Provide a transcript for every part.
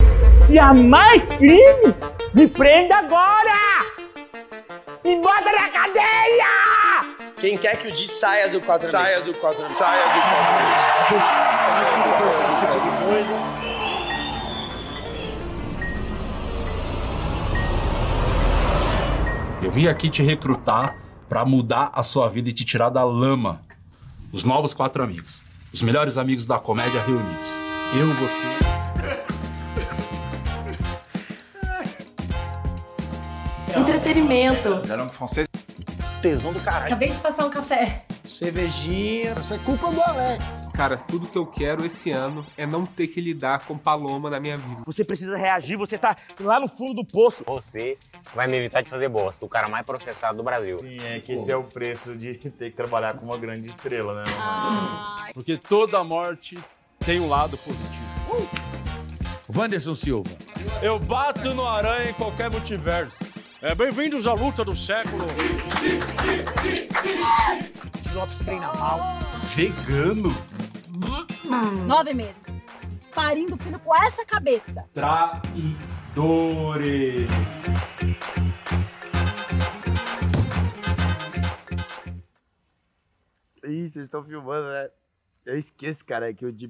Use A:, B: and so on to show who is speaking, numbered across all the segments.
A: denunciar mais crime, me prenda agora! Me bota na cadeia!
B: Quem quer que o Di saia do quadro
C: Saia do quadro. Saia do quadro.
D: Eu vim aqui te recrutar pra mudar a sua vida e te tirar da lama. Os novos quatro amigos. Os melhores amigos da comédia reunidos. Eu, você.
E: Entretenimento.
C: Era um francês.
B: Tesão do caralho.
E: Acabei de passar um café.
B: Cervejinha.
F: Isso é culpa do Alex.
G: Cara, tudo que eu quero esse ano é não ter que lidar com paloma na minha vida.
A: Você precisa reagir, você tá lá no fundo do poço.
H: Você vai me evitar de fazer bosta, o cara mais processado do Brasil.
I: Sim, é que esse é o preço de ter que trabalhar com uma grande estrela, né?
F: Ah.
J: Porque toda morte tem um lado positivo.
K: Uh! Wanderson Silva.
J: Eu bato no aranha em qualquer multiverso. É, bem-vindos à luta do século.
B: De Lopes treina mal.
C: Vegano?
E: Nove meses. Parindo filho com essa cabeça.
C: Traidores.
F: Ih, vocês estão filmando, né? Eu esqueço, cara, que o de.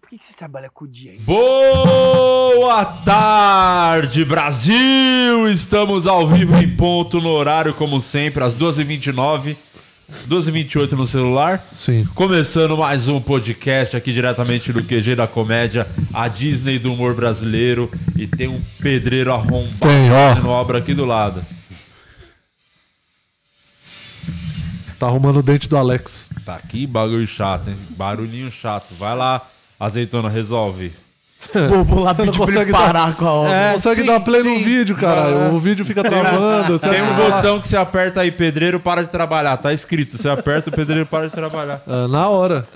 F: Por que, que vocês trabalham com o dia aí?
K: Boa tarde, Brasil! Estamos ao vivo em ponto no horário, como sempre, às 12h29. 12h28 no celular.
L: Sim.
K: Começando mais um podcast aqui diretamente do QG da Comédia, a Disney do humor brasileiro. E tem um pedreiro arrombado
L: Tem, ó.
K: fazendo obra aqui do lado.
L: Tá arrumando o dente do Alex.
K: Tá aqui bagulho chato, hein? Barulhinho chato. Vai lá, azeitona, resolve.
F: Pô, vou lá
L: não
F: pedir pra
L: consegue
F: ele parar com a obra.
L: não consegue
K: sim,
L: dar play
K: sim.
L: no vídeo, caralho.
K: Ah, é.
L: O vídeo fica travando. você
K: Tem um
L: acha que-
K: botão que você aperta aí, pedreiro, para de trabalhar. Tá escrito, você aperta, o pedreiro para de trabalhar. É,
L: Ah, na hora.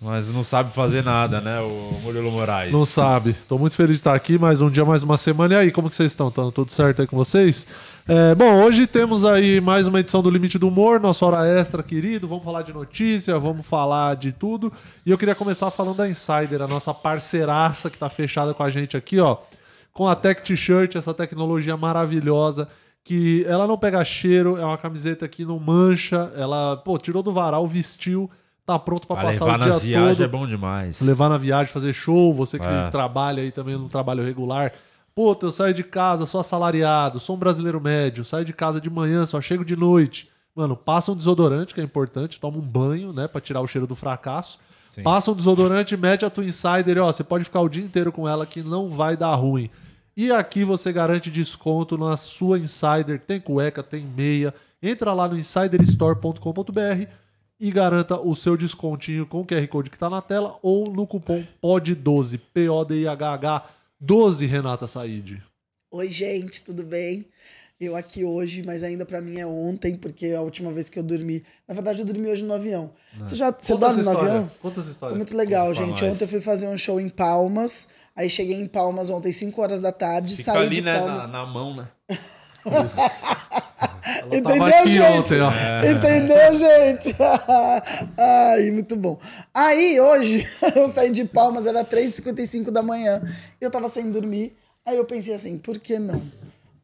K: Mas não sabe fazer nada, né, o Murilo Moraes?
L: Não sabe. Tô muito feliz de estar aqui. Mais um dia, mais uma semana. E aí, como que vocês estão? Tão tudo certo aí com vocês? É, bom, hoje temos aí mais uma edição do Limite do Humor, nossa hora extra, querido. Vamos falar de notícia, vamos falar de tudo. E eu queria começar falando da Insider, a nossa parceiraça que tá fechada com a gente aqui, ó. Com a Tech T-Shirt, essa tecnologia maravilhosa. Que ela não pega cheiro, é uma camiseta que não mancha. Ela, pô, tirou do varal, vestiu, tá pronto pra
K: Pra
L: passar
K: levar
L: o dia
K: nas viagens
L: todo
K: é bom demais.
L: levar na viagem, fazer show, você que
K: É.
L: trabalha aí também num trabalho regular. Puta, eu saio de casa, sou assalariado, sou um brasileiro médio, saio de casa de manhã, só chego de noite. Mano, passa um desodorante, que é importante, toma um banho, né, pra tirar o cheiro do fracasso.
K: Sim.
L: Passa um desodorante, mete a tua insider, ó, você pode ficar o dia inteiro com ela que não vai dar ruim. E aqui você garante desconto na sua insider, tem cueca, tem meia. Entra lá no insiderstore.com.br e garanta o seu descontinho com o QR Code que está na tela ou no cupom POD12, P-O-D-I-H-H 12, Renata Said.
M: Oi, gente, tudo bem? Eu aqui hoje, mas ainda pra mim é ontem, porque é a última vez que eu dormi. Na verdade, eu dormi hoje no avião. Você já você
L: Ah. Conta
M: dorme
L: essa
M: no
L: história,
K: Hum.
M: avião?
L: Conta essa história.
M: Foi muito legal,
K: Conta pra
M: gente.
K: nós.
M: Ontem eu fui fazer um show em Palmas. Aí cheguei em Palmas ontem, 5 horas da tarde,
K: Fica
M: saí
K: ali,
M: de
K: né,
M: Palmas.
K: na, na mão, né?
L: Ela
M: Entendeu,
L: tava aqui
M: gente?
L: ontem, ó. É.
K: É.
M: Entendeu, gente? Ai, muito bom. Aí, hoje, eu saí de Palmas, era 3h55 da manhã. Eu tava sem dormir. Aí eu pensei assim, por que não?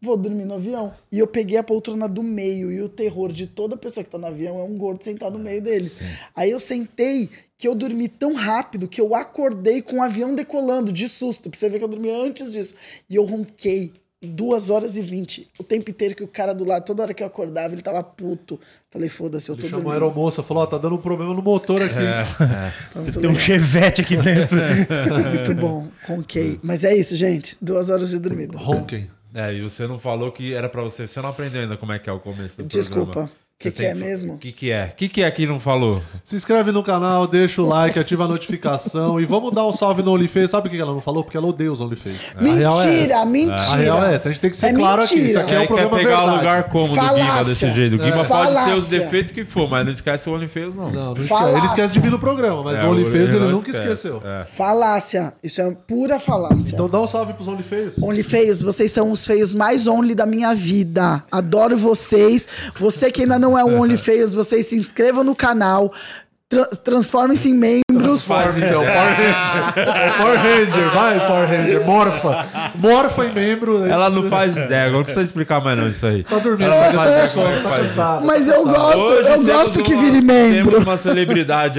M: Vou dormir no avião. E eu peguei a poltrona do meio. E o terror de toda pessoa que tá no avião é um gordo sentar no meio deles. Aí eu sentei que eu dormi tão rápido que eu acordei com o avião decolando de susto. Pra você ver que eu dormi antes disso. E eu ronquei Duas horas e vinte. O tempo inteiro que o cara do lado, toda hora que eu acordava, ele tava puto. Falei, foda-se, eu tô
L: Ele chamou a
M: dormindo.
L: aeromoça, falou, ó, tá dando um problema no motor aqui.
M: Tá muito
F: Tem um chevette aqui dentro.
M: legal. Muito bom, ronquei. Mas é isso, gente. Duas horas de dormida.
L: Honken.
K: É, e você não falou que era pra você. Você não aprendeu ainda como é que é o começo do
M: Desculpa.
K: programa.
M: O que, que é mesmo?
K: O que, que é? O que, que é que não falou?
L: Se inscreve no canal, deixa o like, ativa a notificação e vamos dar um salve no OnlyFans. Sabe por que ela não falou? Porque ela odeia os OnlyFans. A real é
M: Mentira,
L: essa.
M: mentira.
L: A real é essa. A gente tem que ser
M: É
L: claro aqui. Isso
M: mentira.
L: aqui é
K: Aí
L: um programa
K: quer pegar
L: verdade.
K: o lugar cômodo do Guima
M: Falácia.
K: desse jeito. O Guima
M: É.
K: pode ter os
M: Falácia.
K: defeitos que for, mas não esquece o OnlyFans, não.
L: Não, não esquece.
M: Falácia.
L: Ele esquece de vir no programa, mas
K: É,
L: no OnlyFans
K: o-
L: ele
K: não
L: nunca
K: esquece.
L: esqueceu.
K: É.
M: Falácia. Isso é pura falácia.
L: Então dá um salve pros OnlyFans.
M: Only feios, vocês são os feios mais only da minha vida. Adoro vocês. Você que ainda não é um only feios, vocês se inscrevam no canal. tra- transformem-se em membros.
L: Faz isso, é o Power Ranger. Power Ranger, vai, Power Ranger. Morfa. Morfa em membro. né?
K: Ela não faz ideia, agora não precisa explicar mais não isso aí.
L: Tá dormindo,
K: Ela não
L: tá
K: faz
L: com sono,
K: ideia como é que
L: tá
K: faz isso.
L: cansada.
M: Mas eu gosto,
K: Hoje
M: eu
K: temos
M: gosto que
K: uma-
M: vire membro.
K: Temos uma celebridade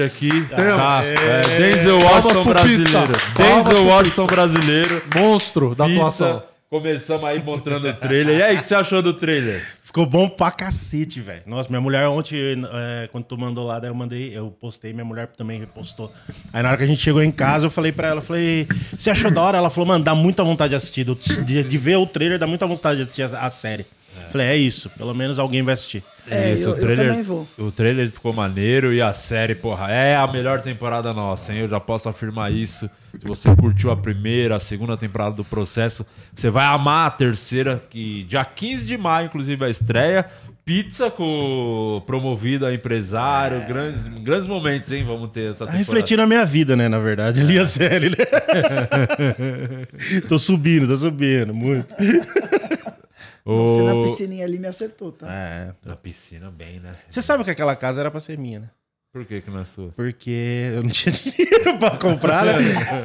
K: aqui. Tá, é,
L: É.
K: Denzel
L: Palmas
K: Washington
L: pro pizza.
K: brasileiro.
L: Palmas pro
K: Denzel Washington brasileiro.
L: Monstro da
K: Pizza.
L: atuação.
K: Começamos aí mostrando o trailer. E aí, o que você achou do trailer?
N: Ficou bom pra cacete, velho. Nossa, minha mulher ontem, é, quando tu mandou lá, daí eu mandei, eu postei, minha mulher também repostou. Aí na hora que a gente chegou em casa, eu falei pra ela, eu falei, você achou da hora? Ela falou, mano, dá muita vontade de assistir, do- de, de ver o trailer, dá muita vontade de assistir a, a série. Falei, é isso, pelo menos alguém
L: Tá
N: vai assistir.
K: O trailer ficou maneiro e a série, porra, é a melhor temporada nossa, hein? Eu já posso afirmar isso. Se você curtiu a primeira, a segunda temporada do processo, você vai amar a terceira, que dia 15 de maio, inclusive, é a estreia. Pizza com o promovido a empresário, grandes, grandes momentos, hein? Vamos ter essa
N: É. Tá
K: temporada.
N: refletindo a minha vida, né, na verdade, ali
L: É.
N: a série. né? tô subindo, tô subindo, muito.
M: Você na piscininha ali me acertou, tá?
N: É.
K: Na piscina, bem, né?
N: Você sabe que aquela casa era pra ser minha, né?
K: Por que que não é sua?
N: Porque eu não tinha dinheiro pra comprar, né?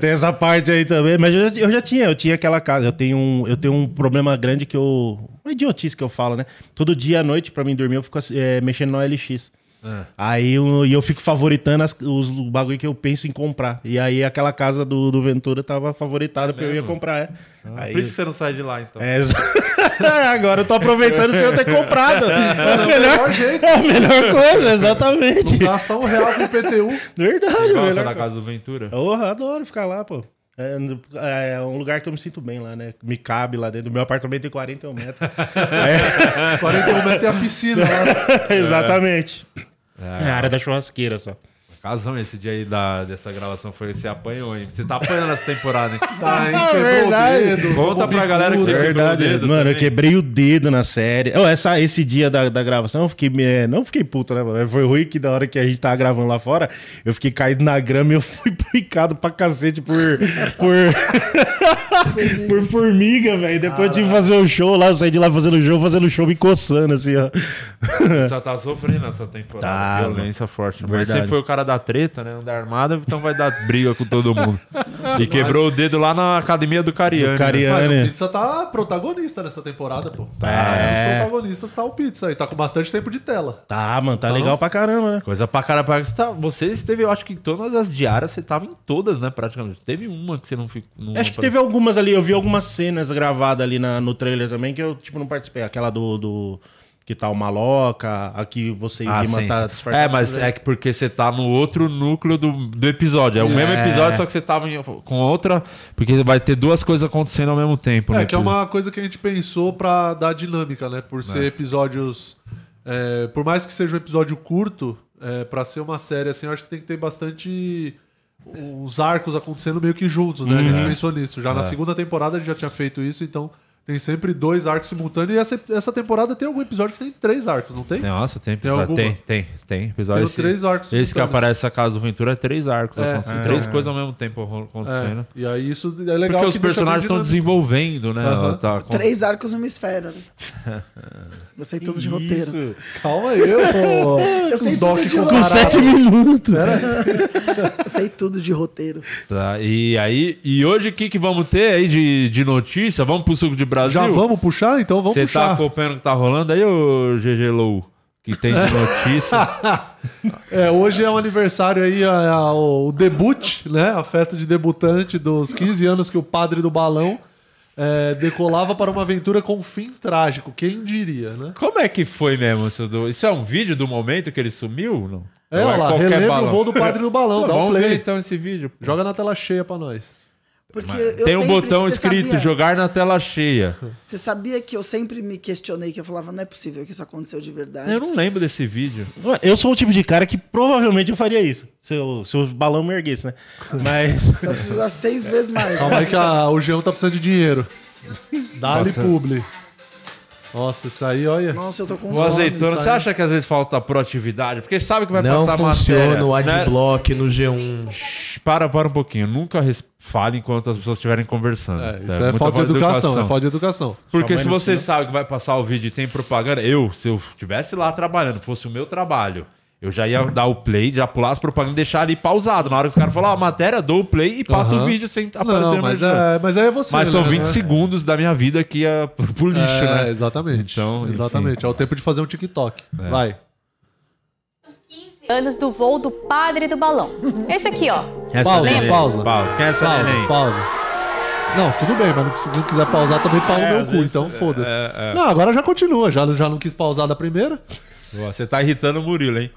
N: Tem essa parte aí também. Mas eu já, eu já tinha, eu tinha aquela casa. Eu tenho, um, eu tenho um problema grande que eu... Uma idiotice que eu falo, né? Todo dia à noite, pra mim dormir, eu fico assim, é, mexendo no OLX.
K: É.
N: Aí eu, e eu fico favoritando as- os, o bagulho que eu penso em comprar. E aí aquela casa do, do Ventura tava favoritada porque eu ia
K: mesmo?
N: comprar, é.
K: Ah,
N: Aí-
K: Por isso que você não sai de lá, então.
N: É, exa- Agora eu tô aproveitando sem eu ter comprado. É,
K: Não,
N: o melhor,
K: melhor jeito.
N: é a melhor coisa, exatamente.
L: Não gasta um real com IPTU.
N: Verdade,
K: Você
N: melhor
K: gosta da
N: coisa.
K: casa do Ventura?
N: Porra, adoro ficar lá, pô. É, no- É, um lugar que eu me sinto bem lá, né? Me cabe lá dentro. Meu apartamento tem 41 metros. É.
L: 41 metros tem a piscina né? lá.
N: Exatamente.
K: É.
N: É. a área da churrasqueira só.
K: Casão, esse dia aí da, dessa gravação foi você apanhou, hein? Você tá apanhando essa temporada, hein?
L: Tá,
K: É
L: hein? Quebrou o dedo,
K: Conta pra galera que você quebrou o
N: Verdade,
K: dedo.
N: mano, eu
K: também.
N: quebrei o dedo na série. Oh, essa, esse dia da, da gravação, eu fiquei. me- eh, Não fiquei puto, né, mano? Foi ruim que na hora que a gente tava gravando lá fora, eu fiquei caído na grama e eu fui picado pra cacete por. por. por formiga, velho. Depois eu tive que fazer o show lá, eu saí de lá fazendo show, fazendo show me coçando, assim, ó.
K: Só tá sofrendo essa temporada.
N: Tá,
K: Violência forte. Mas
N: Verdade.
K: você foi o cara da treta, né? Andar armado, então vai dar briga com todo mundo. E quebrou o dedo lá na academia do Cariani.
L: Mas o
K: Né?
L: Pizza tá protagonista nessa temporada, pô.
K: Tá.
L: É. Os protagonistas tá o Pizza aí. Tá com bastante tempo de tela.
N: Tá, mano, tá
K: Então,
N: legal pra caramba, né?
K: Coisa pra cara, pra... Você, tá- você esteve, eu acho que em todas as diárias, você tava em todas, né? Praticamente. Teve uma que você não ficou. não
N: Acho que
K: foi-
N: teve algumas ali, eu vi algumas cenas gravadas ali na- no trailer também que eu, tipo, não participei. Aquela do. do- que tá o Maloca, aqui você e o
K: Ah,
N: Guima
K: sim,
N: tá
K: sim. É, mas é que porque você tá no outro núcleo do, do episódio. É o mesmo
N: É.
K: episódio, só que você tava em-
L: É,
K: com outra. Porque vai ter duas coisas acontecendo ao mesmo tempo.
L: É,
K: né?
L: que é uma coisa que a gente pensou pra dar dinâmica, né? Por ser
K: É.
L: episódios. é, por mais que seja um episódio curto, é, pra ser uma série assim, eu acho que tem que ter bastante. Os arcos acontecendo meio que juntos, né? A gente
K: Uhum.
L: pensou nisso. Já na
K: É.
L: segunda temporada a gente já tinha feito isso, então tem sempre dois arcos simultâneos. E essa, essa temporada tem algum episódio que tem três arcos, não tem?
K: Nossa, tem
L: Tem
K: episódio. Tem,
L: alguma?
K: tem, tem. episódio
L: Tem os três arcos
K: Esse que
L: simultâneos.
K: aparece a Casa do Ventura é três arcos.
L: É,
K: acontecendo,
L: então.
K: três coisas ao mesmo tempo acontecendo.
L: É, E aí isso é legal.
K: porque os
L: que deixa
K: personagens
L: bem
K: estão
L: dinâmico.
K: desenvolvendo, né?
L: Aham.
K: Tá com-
M: Três arcos numa esfera. né? Eu sei tudo de roteiro.
L: Calma aí, pô.
M: Eu sei
L: Com
M: tudo
L: doc
M: de
L: com
M: roteiro.
L: Com sete parada.
N: minutos.
M: Eu sei tudo de roteiro.
K: Tá, e aí, e hoje o que, que vamos ter aí de, de notícia? Vamos pro suco de Brasil?
L: Já vamos puxar? Então vamos
K: Você tá
L: puxar.
K: acompanhando o que tá rolando aí, ô GG Low? Que tem de notícia.
L: É, hoje é o aniversário aí, a- a- o debut, né? A festa de debutante dos 15 anos que o padre do balão é, decolava para uma aventura com um fim trágico. Quem diria, né?
K: Como é que foi mesmo isso? do- Isso é um vídeo do momento que ele sumiu? Não?
L: É,
K: Ou
L: olha lá,
K: qualquer
L: relembra
K: balão?
L: o voo do padre do balão,
K: Tá,
L: dá um
K: vamos
L: play.
K: ver então esse vídeo. pô.
L: Joga na tela cheia pra nós.
M: Porque
K: Mas
M: eu
K: Tem um
M: sempre-
K: botão
M: você
K: escrito
M: sabia-
K: jogar na tela cheia.
M: Você sabia que eu sempre me questionei, que eu falava, não é possível que isso aconteceu de verdade.
K: Eu não lembro desse vídeo.
N: Ué, Eu sou o tipo de cara que provavelmente eu faria isso. Se, eu, se o balão me erguesse, né? Mas.
M: Só precisa seis vezes mais. né?
L: Calma aí que a- o Geão tá precisando de dinheiro. Dá-lhe
K: Nossa.
L: publi. Nossa, isso aí, olha.
M: Nossa, eu tô com
K: O azeitona, você acha que às vezes falta proatividade? Porque sabe que vai
O: Não
K: passar
O: funciona
K: matéria.
O: o
K: né?
O: adblock no G1.
K: Shh, Para, para um pouquinho. Nunca res- fale enquanto as pessoas estiverem conversando.
L: É, isso
K: Tá?
L: é,
K: Muita
L: falta, de educação, é falta de educação.
K: Porque se você sabe que vai passar o vídeo e tem propaganda, eu, se eu estivesse lá trabalhando, fosse o meu trabalho, Eu já ia dar o play, já pular as propagandas e deixar ali pausado. Na hora que os caras falam, ah, matéria, dou o play e passa
L: Aham.
K: o vídeo sem
L: Não,
K: aparecer
L: mas
K: mais nada.
L: é- mas aí é você,
K: Mas são
L: né?
K: 20 segundos da minha vida que ia pro pro lixo,
L: É,
K: né?
L: Exatamente.
K: Então, enfim.
L: exatamente. É o tempo de fazer um TikTok.
K: É.
L: Vai.
O: anos do voo do padre do balão. Esse aqui, ó.
K: Essa
L: pausa,
K: neném.
L: pausa.
K: Pausa. Quem é essa
L: pausa,
K: neném?
L: pausa. Não, tudo bem, mas não precisa- se não quiser pausar também pau
K: É,
L: no meu
K: às
L: cu,
K: vezes-
L: então foda-se.
K: é, é.
L: Não, agora já continua, já, já não quis pausar da primeira.
K: Ó, Você tá irritando o Murilo, hein?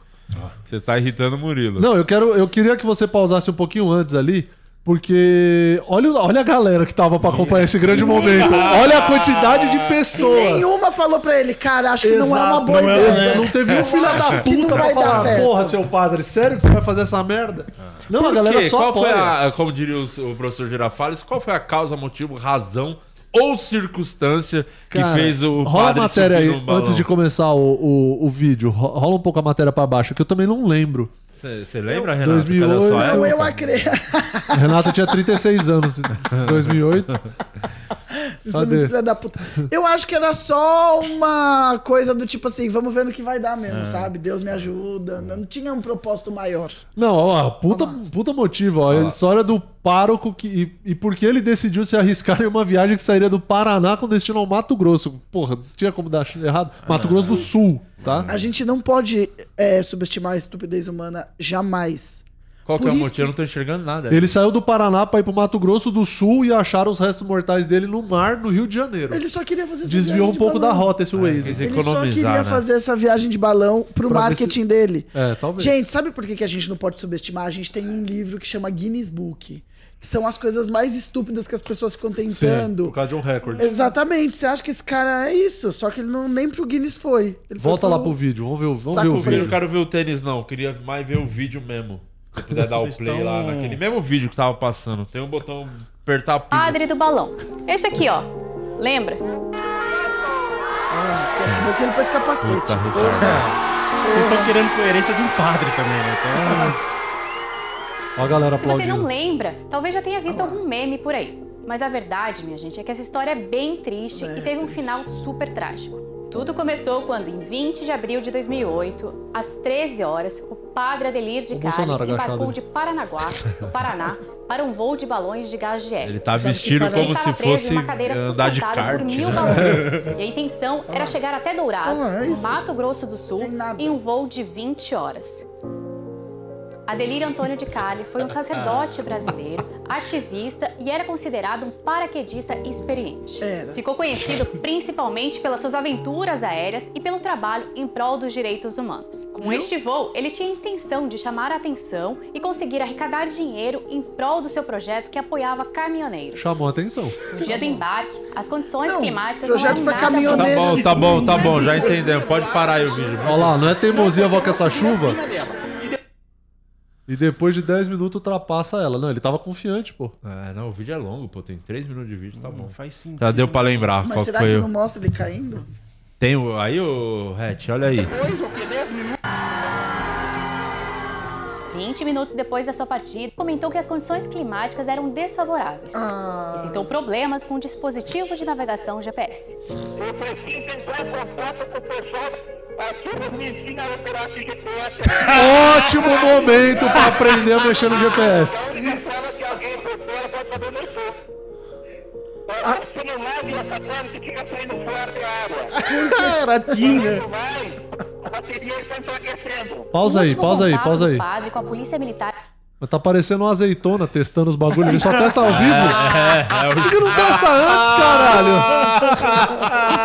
K: Você tá irritando o Murilo.
L: Não, eu quero, eu queria que você pausasse um pouquinho antes ali, porque olha, o- olha a galera que tava pra acompanhar esse grande momento. Olha a quantidade de pessoas.
M: E nenhuma falou pra ele, cara, acho que não é uma
L: Exato,
M: boa
L: não é,
M: ideia.
L: né? Não teve um filho da
M: Que não
L: puta pra
M: vai dar
L: falar,
M: certo.
L: porra, seu padre, sério que você vai fazer essa merda? Não, a galera
K: quê?
L: só
K: qual
L: apoia.
K: foi a, como diria o, o professor Girafales, qual foi a causa, motivo, razão ou circunstância que
L: Cara,
K: fez o
L: rola
K: padre
L: a matéria
K: subir
L: aí,
K: no balão?
L: antes de começar o, o, o vídeo. Ro- Rola um pouco a matéria pra baixo, que eu também não lembro.
K: Você lembra,
L: Eu-
K: Renato?
L: 2008,
K: Cadê a sua
L: não,
K: época?
M: Eu acredito.
L: O Renato tinha 36 anos em 2008.
M: Isso é
L: Cadê?
M: muito filha da puta. Eu acho que era só uma coisa do tipo assim, vamos ver no que vai dar mesmo,
L: É.
M: sabe? Deus me ajuda. Não tinha um propósito maior.
L: Não, ó, puta, puta motivo, ó. A história do pároco que, e, e por que ele decidiu se arriscar em uma viagem que sairia do Paraná com destino ao Mato Grosso. Porra, não tinha como dar errado. Mato Grosso do Sul, tá?
M: A gente não pode é, subestimar a estupidez humana jamais.
K: Qual que
M: Por
K: é o
M: isso
K: motivo? Eu não tô enxergando nada.
L: Ele saiu do Paraná pra ir pro Mato Grosso do Sul e acharam os restos mortais dele no mar, no Rio de Janeiro.
M: Ele só queria fazer essa
L: Desviou
M: viagem
L: um pouco
M: de
L: da
M: balão.
L: rota esse Waze.
K: quis
M: Ele só
K: É, economizar,
M: queria
K: né?
M: fazer essa viagem de balão pro
L: Pra ver
M: marketing dele.
L: É, talvez.
M: Gente, sabe por que que a gente não pode subestimar? A gente tem um livro que chama Guinness Book. Que são as coisas mais estúpidas que as pessoas ficam
L: Sim,
M: tentando.
L: por causa de um recorde.
M: Exatamente. Você acha que esse cara é isso? Só que ele não nem pro Guinness foi. Ele foi
L: Volta lá pro vídeo, vamos ver, o- vamos ver
M: Saco
L: o
K: Eu não
L: vídeo.
K: quero ver o tênis, não. Eu queria mais ver o vídeo mesmo. Se eu puder dar o
L: Vocês
K: play
L: tão-
K: lá naquele mesmo vídeo que tava passando. Tem um botão apertar play.
O: Padre do balão. Esse aqui, ó. Lembra?
M: Porque ele pôs capacete.
K: Puta,
N: Vocês estão querendo coerência de um padre também, né? Então,
L: Ó a galera
O: Se você não
L: aplaudindo.
O: lembra, talvez já tenha visto algum meme por aí. Mas a verdade, minha gente, é que essa história é bem triste e teve um final super trágico. Tudo começou quando, em 20 de abril de 2008, às 13 horas, o padre Adelir de Cali
K: O Bolsonaro agachado
O: embarcou
K: ali.
O: de Paranaguá, no Paraná, para um voo de balões de gás de hélio.
K: Ele tá
O: Sabe que
K: vestido
O: parece-
K: como
O: Ele
K: se
O: estava preso em
K: fosse
O: uma cadeira
K: andar de
O: sustentada por
K: kart,
O: mil
K: né?
O: balões. E a intenção era chegar até Dourados,
M: Ah, é
O: no
M: isso.
O: Mato Grosso do Sul, em um voo de 20 horas. Adelírio Antônio de Cali
K: Ah,
O: foi um sacerdote
K: tá.
O: brasileiro, ativista e era considerado um paraquedista experiente. Ficou conhecido principalmente pelas suas aventuras aéreas e pelo trabalho em prol dos direitos humanos. Com este voo, ele tinha a intenção de chamar a atenção e conseguir arrecadar dinheiro em prol do seu projeto que apoiava caminhoneiros.
L: Chamou a atenção.
O: No dia do embarque, as condições climáticas
M: Tá projeto
O: não
M: pra
O: eram nada
K: Tá
M: caminhoneiro.
K: bom, tá bom, tá bom. Já entendemos. Pode parar aí o vídeo.
L: Olha lá, não é teimosia vó com essa chuva? E depois de 10 minutos ultrapassa ela. Não, ele tava confiante, pô.
K: É, não, o vídeo é longo, pô. Tem 3 minutos de vídeo, tá bom.
N: Faz sentido.
K: Já deu pra lembrar
M: Mas
K: qual
M: será
K: foi
M: que
K: o-
M: não mostra ele caindo?
K: Tem o... Aí, o Hatch, olha aí.
O: 20 minutos depois da sua partida, comentou que as condições climáticas eram desfavoráveis e citou problemas com o dispositivo de navegação GPS.
L: Ótimo momento pra aprender a mexer no GPS.
N: Caratinga.
L: Pausa
O: O
L: aí,
O: último
L: pausa aí,
O: contato
L: pausa
O: do
L: aí.
O: Padre com a polícia militar.
L: Mas tá parecendo uma azeitona testando os bagulhos. Ele só testa ao vivo?
K: É, é,
L: Por que não testa antes, caralho?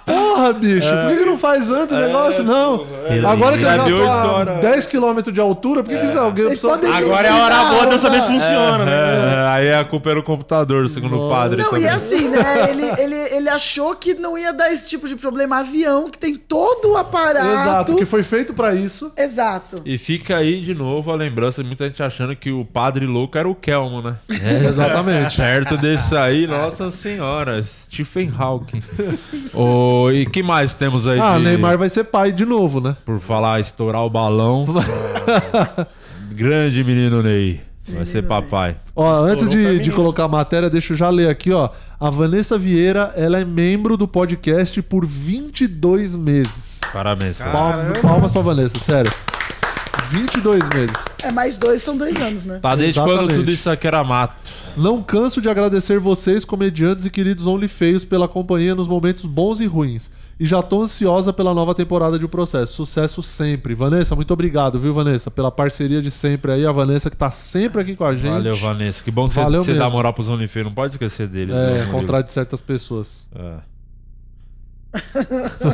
L: Porra, bicho, por que, que não faz antes o
K: É,
L: negócio? Não.
N: Ele
L: Agora que eu
N: já
L: já
N: deu
L: tô
N: oito
L: a
N: horas.
L: 10km de altura, por que, que alguém
M: Vocês
L: precisa.
M: podem me
N: Agora é a hora
M: ensinar
N: boa de eu
M: usar-
N: saber se funciona,
K: É,
N: né?
K: é, aí a culpa era o computador, segundo o padre.
M: Não,
K: também.
M: e assim, né? Ele, ele, ele achou que não ia dar esse tipo de problema. Avião, que tem todo o aparato.
L: Exato, que foi feito pra isso.
M: Exato.
K: E fica aí de novo a lembrança de muita gente achando que o padre louco era o Kelmo, né?
L: É, exatamente.
K: Perto desse aí, nossa senhora, Stephen Hawking. Ô, e que mais temos aí?
L: Ah,
K: de-
L: Neymar vai ser pai de novo, né?
K: Por falar estourar o balão. Grande menino Ney. Vai ser papai.
L: Ó, antes de, de colocar a matéria, deixa eu já ler aqui, ó. A Vanessa Vieira, ela é membro do podcast por 22 meses.
K: Parabéns.
L: Palmas, palmas pra Vanessa, sério. 22 meses.
M: É, mais dois são dois anos, né?
K: Tá desde quando
L: Exatamente.
K: tudo isso aqui era mato.
L: Não canso de agradecer vocês, comediantes e queridos Only Feios, pela companhia nos momentos bons e ruins. E já tô ansiosa pela nova temporada de O Processo. Sucesso sempre. Vanessa, muito obrigado, viu, Vanessa? Pela parceria de sempre aí. A Vanessa que tá sempre aqui com a gente.
K: Valeu, Vanessa. Que bom que você-
L: Valeu
K: você
L: mesmo.
K: dá moral pros OnlyFans. Não pode esquecer deles.
L: É,
K: né? É. pelo amor de
L: contrário de certas pessoas.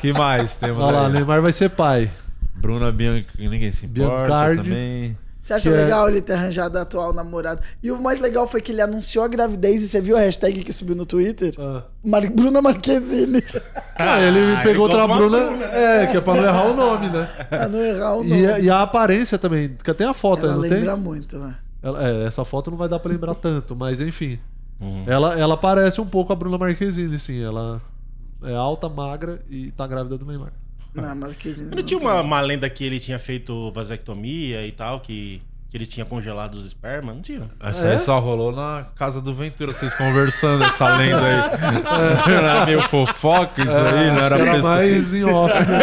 K: que mais temos
L: Olha lá,
K: aí?
L: Neymar vai ser pai.
K: Bruna Bianca, ninguém se importa
L: Biancardi.
K: também.
M: Você acha
L: Que é-
M: legal ele ter arranjado a atual namorada? E o mais legal foi que ele anunciou a gravidez e você viu a hashtag que subiu no Twitter? Mar- Bruna Marquezine.
L: Ah, ele me pegou outra
M: colocou
L: Bruna.
M: uma Bruna,
L: É, que é pra não errar o nome, né?
M: Pra não errar o
L: E,
M: nome.
L: a- e a aparência também. que Tem a foto,
M: Ela
L: aí, não tem?
M: lembra muito, né?
L: Ela- é, essa foto não vai dar pra lembrar tanto, mas enfim.
K: Uhum.
L: Ela, ela parece um pouco a Bruna Marquezine, sim. Ela é alta, magra e tá grávida do Neymar.
M: né? Não, Marquezine.
N: Não tinha uma, uma lenda que ele tinha feito vasectomia e tal, que, que ele tinha congelado os espermas? Não tinha.
L: É?
K: Essa Ah, aí é só rolou na casa do Ventura, vocês conversando essa lenda aí. era meio fofoca isso
L: É,
K: aí, não era,
L: acho que era
K: pessoa-
L: mais em off, né?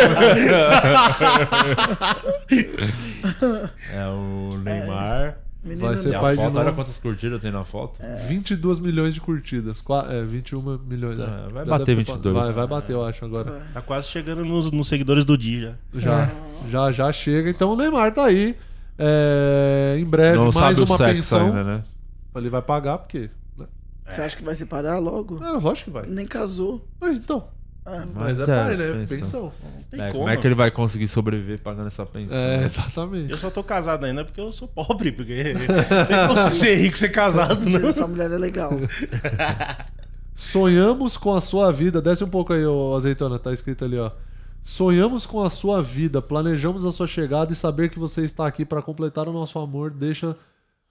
K: é o
L: É isso.
K: Neymar.
L: Menino Vai ser pai
K: a
L: de
K: foto, olha
L: novo.
K: quantas curtidas tem na foto.
M: É.
L: 22 milhões de curtidas. qua- É, 21 milhões. né?
K: É, vai
L: Já
K: bater
L: deve ter pa-
K: 22.
L: Vai, vai bater, eu acho, agora.
M: É.
N: Tá quase chegando nos, nos seguidores do Dia.
L: Já,
M: É.
L: já, já chega. Então o Neymar tá aí. É, em breve,
K: Não
L: mais
K: sabe o
L: uma
K: sexo
L: pensão.
K: ainda, né?
L: Ele vai pagar, porque. né?
M: Você acha que vai separar logo?
L: É, lógico que vai.
M: Nem casou.
L: Mas então.
M: Ah,
L: Mas é pai, né? Pensão.
K: É, como é que ele vai conseguir sobreviver pagando essa pensão?
L: É, exatamente.
N: Eu só tô casado ainda porque eu sou pobre, porque não tem como você ser rico e ser casado, né?
M: Mentira,
N: não.
M: Essa mulher é legal.
L: Sonhamos com a sua vida. Desce um pouco aí, ô azeitona, tá escrito ali, ó. Sonhamos com a sua vida, planejamos a sua chegada e saber que você está aqui para completar o nosso amor deixa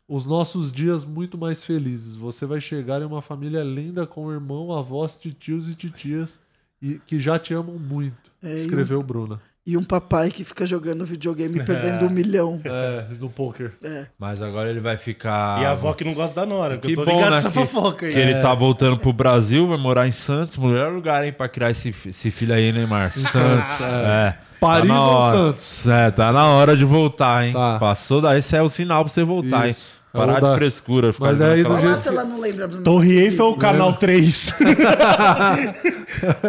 L: os nossos dias muito mais felizes. Você vai chegar em uma família linda com irmão, avós, titios e titias e que já te amam muito.
M: É, e
L: escreveu
M: um-
L: Bruna.
M: E um papai que fica jogando videogame e perdendo um milhão.
L: É, no poker.
M: É.
K: Mas agora ele vai ficar.
N: E a avó que não gosta da Nora, porque eu tô ligado nessa fofoca aí.
K: né, Que ele
N: É.
K: tá voltando pro Brasil, vai morar em Santos, melhor lugar, hein, pra criar esse, fi- esse filho aí, Neymar.
L: Em
K: Santos.
L: Santos, é.
K: é.
L: Paris
K: na
L: ou
K: hora.
L: Santos? Tá.
K: É, tá na hora de voltar, hein? Passou daí, esse é o sinal pra você voltar,
L: Isso.
K: hein? Parar
L: Vou dar-
K: de frescura. ficar
L: Mas
K: vendo
L: aí do
K: aquela-
M: Olha lá se ela não lembra a Bruna
N: Torre Eiffel ou
M: Marquezine.
N: Canal 3?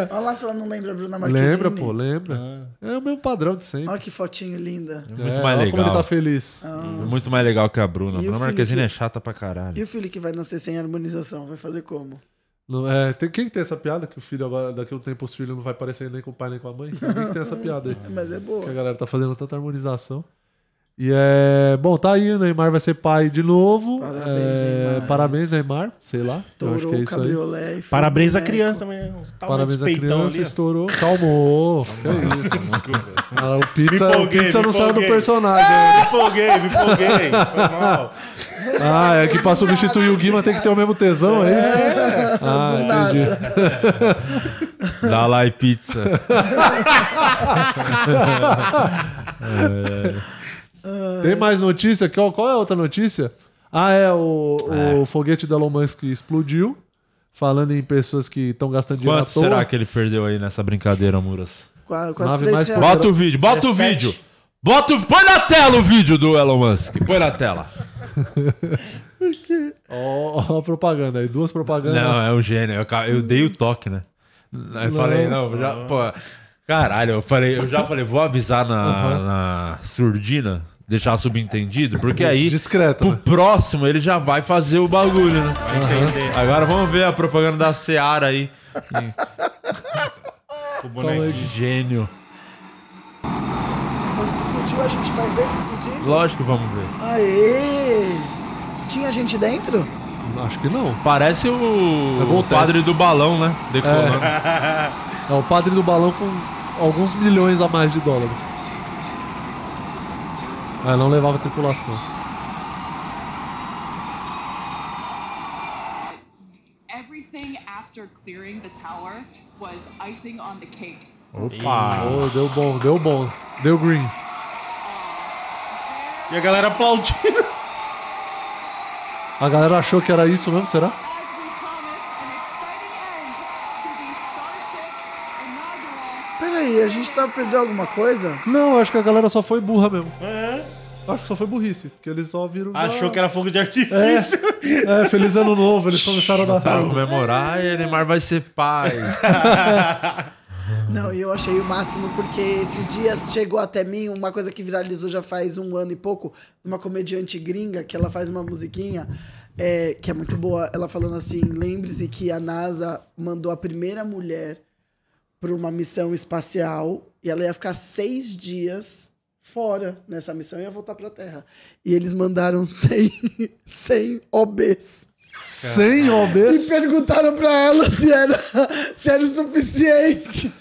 M: Olha lá se ela não lembra a Bruna Marquezine.
L: Lembra, pô, lembra? É o mesmo padrão de sempre.
M: Olha que fotinho linda.
K: Muito mais
L: olha
K: legal. É
L: como ele tá feliz.
M: Nossa.
K: Muito mais legal que a Bruna.
M: E
K: A
M: o
K: Bruna
M: filho
K: Marquezine
M: que-
K: é chata pra caralho.
M: E o filho que vai nascer sem harmonização? Vai fazer como?
L: Não, é, tem, quem que tem essa piada que o filho agora, daqui a um tempo, os filhos não vai parecer nem com o pai nem com a mãe? Quem que tem essa piada aí?
M: Mas é boa.
L: Que a galera tá fazendo tanta harmonização. E é. Bom, tá aí, o Neymar vai ser pai de novo. Parabéns, Neymar. Parabéns, Neymar. Sei lá. eu acho que
M: Estourou
L: é
M: o
L: isso aí.
M: cabriolé e foi
N: Parabéns à
M: boneco.
N: criança também. Uns tal
L: Parabéns
N: de
L: à
N: peitão
L: criança,
N: ali, ó.
L: estourou. Calmou. que isso. Ah, o pizza,
N: Me
L: o
N: empolguei,
L: pizza
N: me
L: não saiu do
N: empolguei.
L: personagem.
K: É,
N: Me empolguei, me empolguei. Foi mal.
L: Ah, é que pra substituir o Guima tem que ter o mesmo tesão, é isso? Ah,
K: Do
L: entendi.
K: Dá lá e pizza.
L: Tem mais notícia? Qual, qual é a outra notícia? Ah, é o, o foguete do Elon Musk explodiu. Falando em pessoas que estão gastando dinheiro
K: Quanto
L: à toa.
K: será que ele perdeu aí nessa brincadeira, Muras?
M: Qua- quase
L: Nave
M: três
L: mais
M: reais.
K: Bota o vídeo, bota o vídeo. Bota o... Põe na tela o vídeo do Elon Musk. Põe na tela.
L: Por quê? Ó, ó a propaganda aí, duas propagandas.
K: Não, é um gênio. Eu, ca- eu dei o toque, né? Eu falei, não, já,
N: Ah.
K: pô, caralho, eu falei, eu já falei, vou avisar na, na surdina, deixar subentendido, porque aí
L: Discreto, né?
K: pro próximo ele já vai fazer o bagulho, né?
N: entender.
K: Agora vamos ver a propaganda da Seara aí.
N: O
K: boneco de gênio.
M: Mas explodiu, a gente vai ver explodir.
K: Lógico que vamos ver.
M: Aê! Tinha gente dentro?
L: Acho que não.
K: Parece o,
L: É
K: o
L: Voltes.
K: padre do balão, né? Decolando.
L: É o padre do balão com alguns milhões a mais de dólares. Ah, não levava tripulação.
P: Everything after clearing the tower was icing on the cake.
L: Opa! Oh, deu bom, deu bom. Deu green.
N: E a galera aplaudindo.
L: A galera achou que era isso mesmo, será?
M: Peraí, aí, a gente tá perdendo alguma coisa?
L: Não, acho que a galera só foi burra mesmo.
M: É.
L: Acho que só foi burrice, porque eles só viram.
N: Achou
L: "Ah,
N: que era fogo de artifício.
L: É, feliz ano novo, eles começaram a dar
K: Pra
L: raiva.
K: comemorar, e Neymar vai ser pai.
M: Não, e eu achei o máximo porque esses dias chegou até mim uma coisa que viralizou já faz um ano e pouco, uma comediante gringa que ela faz uma musiquinha é, que é muito boa. Ela falando assim: lembre-se que a NASA mandou a primeira mulher para uma missão espacial e ela ia ficar seis dias fora nessa missão e ia voltar para a Terra. E eles mandaram 100, 100 OBs.
L: 100
M: OBs? E perguntaram para ela se era, se era o suficiente.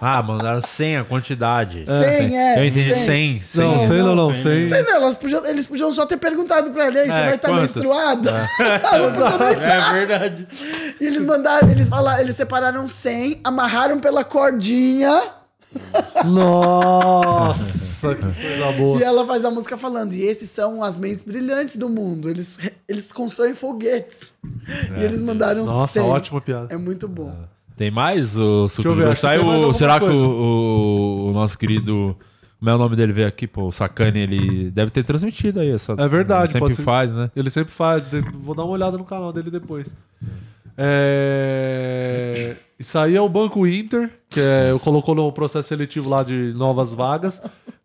K: Ah, mandaram 100 a quantidade.
M: 100, é.
K: Eu entendi 100.
M: 100. Sei não, é elas podiam- eles podiam só ter perguntado pra ele, aí você
K: É,
M: vai estar
K: quantos?
M: menstruada?
K: É.
M: Ela não podia nem dar.
N: É verdade.
M: E eles mandaram, eles falaram, eles separaram 100, amarraram pela cordinha
L: Nossa, que coisa boa.
M: e ela faz a música falando. E esses são as mentes brilhantes do mundo. Eles, eles constroem foguetes. E eles mandaram
K: Nossa,
M: 100.
K: ótima
L: piada.
M: É muito bom.
K: Tem mais o
L: Deixa eu ver, acho que tem
K: Sai
L: mais
K: o
L: alguma
K: Será que
L: coisa.
K: o, o- o nosso querido. Como é o nome dele veio aqui, pô? O Sacani, ele deve ter transmitido aí
N: Tá
K: essa.
L: É verdade,
K: Sempre
L: pode ser-
K: faz, né?
L: Ele sempre faz. de- Vou dar uma olhada no canal dele depois. É, Isso aí é o Banco Inter, que é, colocou no processo seletivo lá de novas vagas,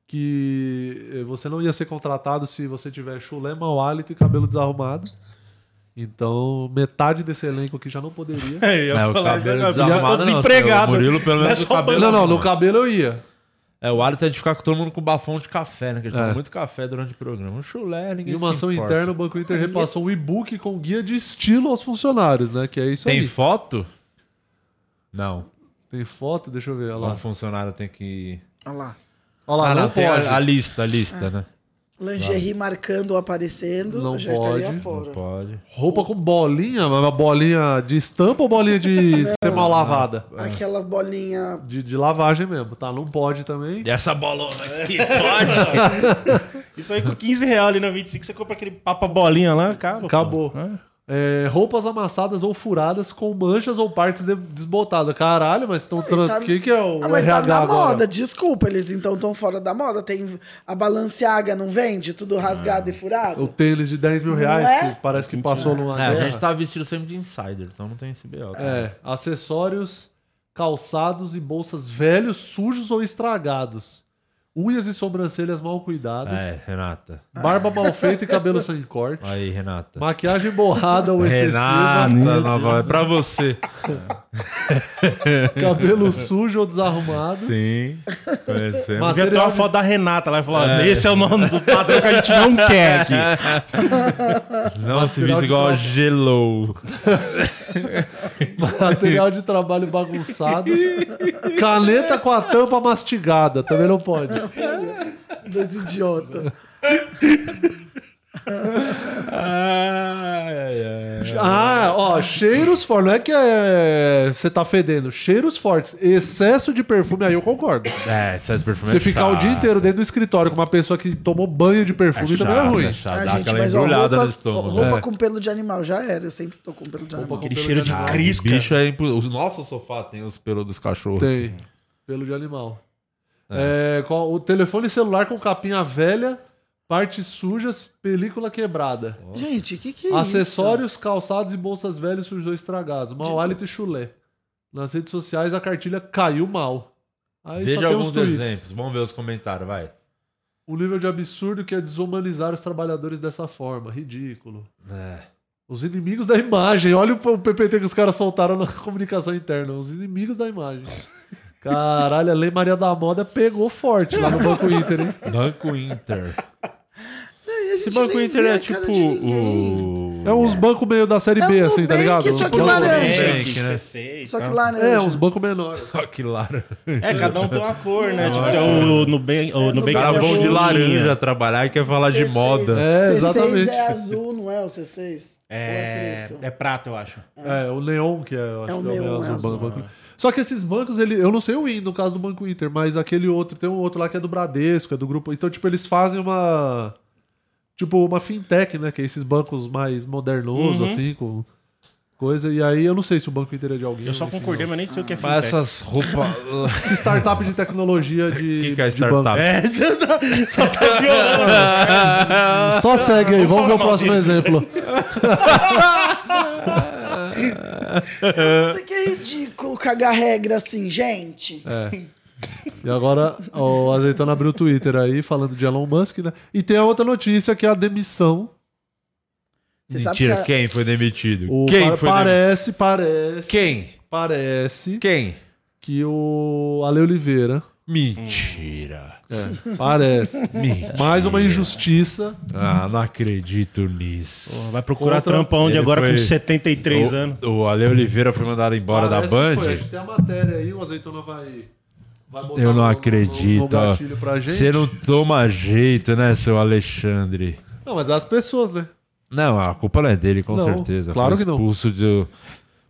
L: que eh, você não ia ser contratado se você tiver chulé, mau hálito e cabelo desarrumado. Então, metade desse elenco aqui já não poderia.
N: É, eu ia É, o falar isso cabelo agora. desarrumado
L: Eu tô
N: não,
L: desempregado.
N: o Murilo, pelo menos,
L: Não é
N: o
L: só
N: cabelo-
L: Não, não, no cabelo eu ia.
K: É, o Alito é de ficar com todo mundo com bafão de café, né? Que ele
L: É.
K: toma muito café durante o programa. Um chulé, ninguém
L: Em uma
K: se
L: ação
K: importa.
L: interna, o Banco Inter repassou um e-book com guia de estilo aos funcionários, né? Que é isso
K: Tem
L: aí.
K: foto? Não.
L: Tem foto? Deixa eu ver. Olha
K: Um
L: lá.
K: funcionário tem que.
M: Olha lá.
L: Olha lá,
K: Ah,
L: não
K: tem
L: pode.
K: A, a lista, a lista,
M: É.
K: né?
M: Lingerie marcando ou aparecendo,
L: Não
M: eu já estaria
L: pode.
M: fora.
K: Pode.
L: Roupa com bolinha, mas uma bolinha de estampa ou bolinha de ser mal lavada?
M: Aquela bolinha.
L: De, de lavagem mesmo, tá? Não pode também.
K: E essa bolona aqui,
L: pode?
N: Isso aí com 15 reais ali na 25, você compra aquele papa bolinha lá, acaba.
L: Acabou. É, roupas amassadas ou furadas com manchas ou partes de- desbotadas. Caralho, mas estão trans...
M: tá-
L: que, que é o
M: Ah, mas
L: RH
M: tá na
L: agora?
M: moda, desculpa, eles então estão fora da moda. Tem a Balenciaga não vende, tudo rasgado e furado.
L: O tênis de 10 mil
M: Não
L: reais,
M: é?
L: que parece que passou numa
K: É, a
L: guerra.
K: gente tá vestido sempre de insider, então não tem esse BO. cara.
L: É, acessórios, calçados e bolsas velhos, sujos ou estragados. Unhas e sobrancelhas mal cuidadas.
K: É, Renata.
L: Barba mal feita e cabelo sem corte.
K: Aí, Renata.
L: Maquiagem borrada ou excessiva.
K: Renata, nova, é pra você.
L: Cabelo sujo ou desarrumado.
K: Sim. Conhecemos.
L: é
N: Devia ter uma foto da Renata lá e falar:
K: É.
N: esse é o nome do padrão que a gente não quer aqui.
K: Não se
L: Material
K: vista
L: de
K: igual
L: prova.
K: gelou.
L: Material de trabalho bagunçado. Caneta com a tampa mastigada. Também não pode.
M: Dois idiotas.
L: Ah, ó, cheiros fortes. Não é que é, você tá fedendo. Cheiros fortes. Excesso de perfume, aí eu concordo.
K: É, excesso de perfume
L: Você
K: é
L: ficar o
K: chato.
L: dia inteiro dentro do escritório com uma pessoa que tomou banho de perfume
K: É
L: também é
K: chato,
L: ruim.
K: é chato.
M: Ah,
K: Dá
M: gente,
K: aquela
M: mas ó,
K: embrulhada
M: roupa,
K: no estômago.
M: roupa
K: É.
M: com pelo de animal, já era. Eu sempre tô com pelo de animal.
K: Aquele cheiro de
L: Ah,
K: crisca.
L: bicho
K: é impo... O nosso sofá tem os pelos dos cachorros.
L: Tem. Pelo de animal. É, com o telefone celular com capinha velha, partes sujas, película quebrada.
M: Gente, que que é
L: Acessórios, calçados e bolsas velhas sujos ou estragados.
M: Tipo-
L: Mau hálito e chulé. Nas redes sociais a cartilha caiu mal. Aí só
K: Veja
L: tem
K: alguns
L: uns tweets.
K: exemplos. Vamos ver os comentários, vai.
L: O nível de absurdo que é desumanizar os trabalhadores dessa forma. Ridículo. Os inimigos da imagem. Olha o o PPT que os caras soltaram na comunicação interna. Os inimigos da imagem. Caralho, a Lei Maria da Moda pegou forte lá no Banco Inter, hein?
K: Banco Inter.
M: Esse
K: Banco Inter é tipo o...
L: É uns bancos meio da série B, assim, tá ligado?
M: só
L: Uns
M: que
L: bancos-
M: laranja.
K: Nubank, né?
M: Só que
L: É,
M: laranja.
L: É, uns bancos menores.
K: Só que laranja.
N: É, cada um tem uma cor, né? Tipo,
K: É.
N: tem o Nubank. O
K: O
N: Nubank
K: cara
N: é
K: bom de
N: roxinho.
L: um
K: laranja trabalhar e quer falar de
N: C6.
K: moda.
L: É,
M: C6
L: exatamente.
M: é azul, não é o C6?
N: É, é prata, eu acho.
L: É, o Leon, que é, eu acho
M: o
L: que é o
M: Neon,
L: Leon,
M: é azul.
L: Só que esses bancos, ele, eu não sei o IN no caso do Banco Inter, mas aquele outro, tem um outro lá que é do Bradesco, é do grupo. Então, tipo, eles fazem uma. Tipo, uma fintech, né? Que é esses bancos mais modernosos,
N: Uhum.
L: assim, com. coisa. E aí eu não sei se o banco inteiro é de alguém.
N: Eu só concordei, mas nem sei o que é
L: Faz
N: fintech.
L: essas roupas. Essa startup de tecnologia de.
K: que é
L: de banco.
K: startup?
N: É, só tá piorando.
L: Só segue aí, vamos ver o próximo exemplo.
M: é Isso aqui é ridículo, cagar regra assim, gente.
L: É. E agora o Azeitona abriu o Twitter aí falando de Elon Musk, né? E tem a outra notícia que é a demissão. sabe
K: Mentira,
L: que a-
K: quem foi demitido?
L: O é
K: quem
L: pa-
K: foi
L: parece, parece.
K: Quem?
L: Parece.
K: Quem?
L: Que o Ale Oliveira.
K: Mentira.
L: É, parece.
K: Mentira.
L: Mais uma injustiça.
K: Ah, não acredito nisso.
N: vai procurar trampa onde agora com 73
K: o,
N: anos?
K: O Ale Oliveira foi mandado embora
L: Parece
K: da Band?
L: que Ah, foi. A gente tem a matéria aí, o Azeitona vai. vai botar
K: Eu
L: no-
K: não
L: no-
K: acredito.
L: no um gatilho pra gente.
K: Você não toma jeito, né, seu Alexandre?
L: Não, mas as pessoas, né?
K: Não, a culpa não é dele, com
L: Não,
K: certeza.
L: claro
K: foi
L: que não.
K: expulso do.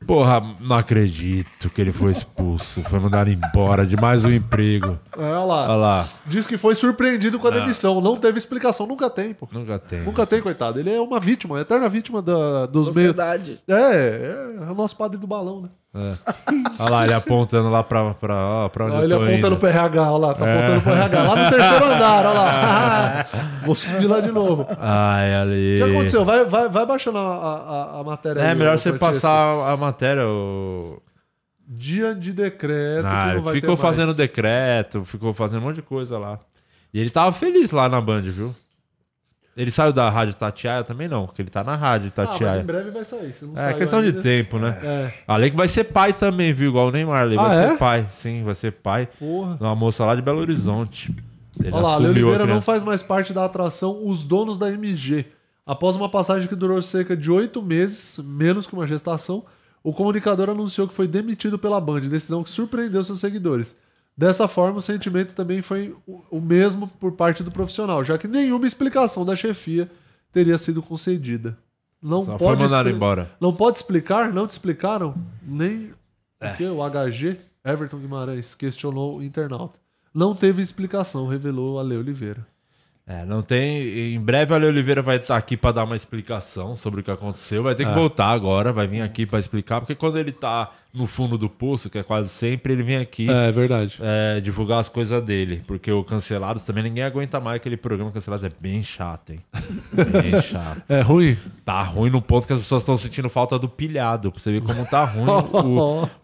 K: Porra, não acredito que ele foi expulso. Foi mandado embora de mais um emprego.
L: É, olha lá.
K: Olha lá. Ah.
L: Diz que foi surpreendido com a
K: Não.
L: demissão. Não teve explicação. Nunca tem, pô.
K: Nunca tem.
L: Nunca tem, coitado. Ele é uma vítima, uma eterna vítima da, dos meios.
M: Sociedade.
L: É, é o nosso padre do balão, né?
K: É. Olha lá, ele apontando lá pra, pra, ó, pra onde
L: Olha
K: eu
L: ele
K: tô
L: apontando
K: indo.
L: pro RH, olha lá, tá
K: É.
L: apontando pro RH, lá no terceiro andar, olha lá. Vou subir lá de novo.
K: Ai,
L: O
K: ali.
L: que aconteceu? Vai, vai, vai baixando a, a- a- a matéria aí.
K: É melhor você
L: Francesco.
K: passar a matéria. O...
L: Dia de decreto.
K: Ah,
L: que não vai
K: ficou
L: ter
K: fazendo
L: mais.
K: decreto, ficou fazendo um monte de coisa lá. E ele tava feliz lá na Band, viu? Ele saiu da rádio Tatiaia também não, porque ele tá na rádio
L: Ah, mas
K: Tatiaia.
L: em breve vai sair. se não
K: é
L: saiu
K: questão de
L: ainda.
K: tempo, né?
L: É.
K: Além que vai ser pai também, viu? Igual o Neymar, ele vai
L: Ah, é?
K: ser pai. Sim, vai ser pai.
L: Porra.
K: De uma moça lá de Belo Horizonte. Ele
L: Olha lá, Leo
K: assumiu a
L: Oliveira não
K: criança.
L: faz mais parte da atração Os Donos da MG. Após uma passagem que durou cerca de oito meses, menos que uma gestação, o comunicador anunciou que foi demitido pela Band, decisão que surpreendeu seus seguidores. Dessa forma, o sentimento também foi o- o mesmo por parte do profissional, já que nenhuma explicação da chefia teria sido concedida. Não
K: Só foi
L: pode
K: mandado
L: expli-
K: embora.
L: Não pode explicar? Não te explicaram? Nem
K: É.
L: o quê? o HG, Everton Guimarães, questionou o internauta. Não teve explicação, revelou a Lei Oliveira.
K: É, não tem. Em breve a Ale Oliveira vai estar aqui para dar uma explicação sobre o que aconteceu. Vai ter que
L: É.
K: voltar agora, vai vir aqui para explicar, porque quando ele tá no fundo do poço, que é quase sempre, ele vem aqui.
L: É, é verdade.
K: é, divulgar as coisas dele. Porque o Cancelados também ninguém aguenta mais aquele programa Cancelados. É bem chato, hein? Bem chato.
L: É ruim?
K: Tá ruim no ponto que as pessoas estão sentindo falta do pilhado. Pra você ver como tá ruim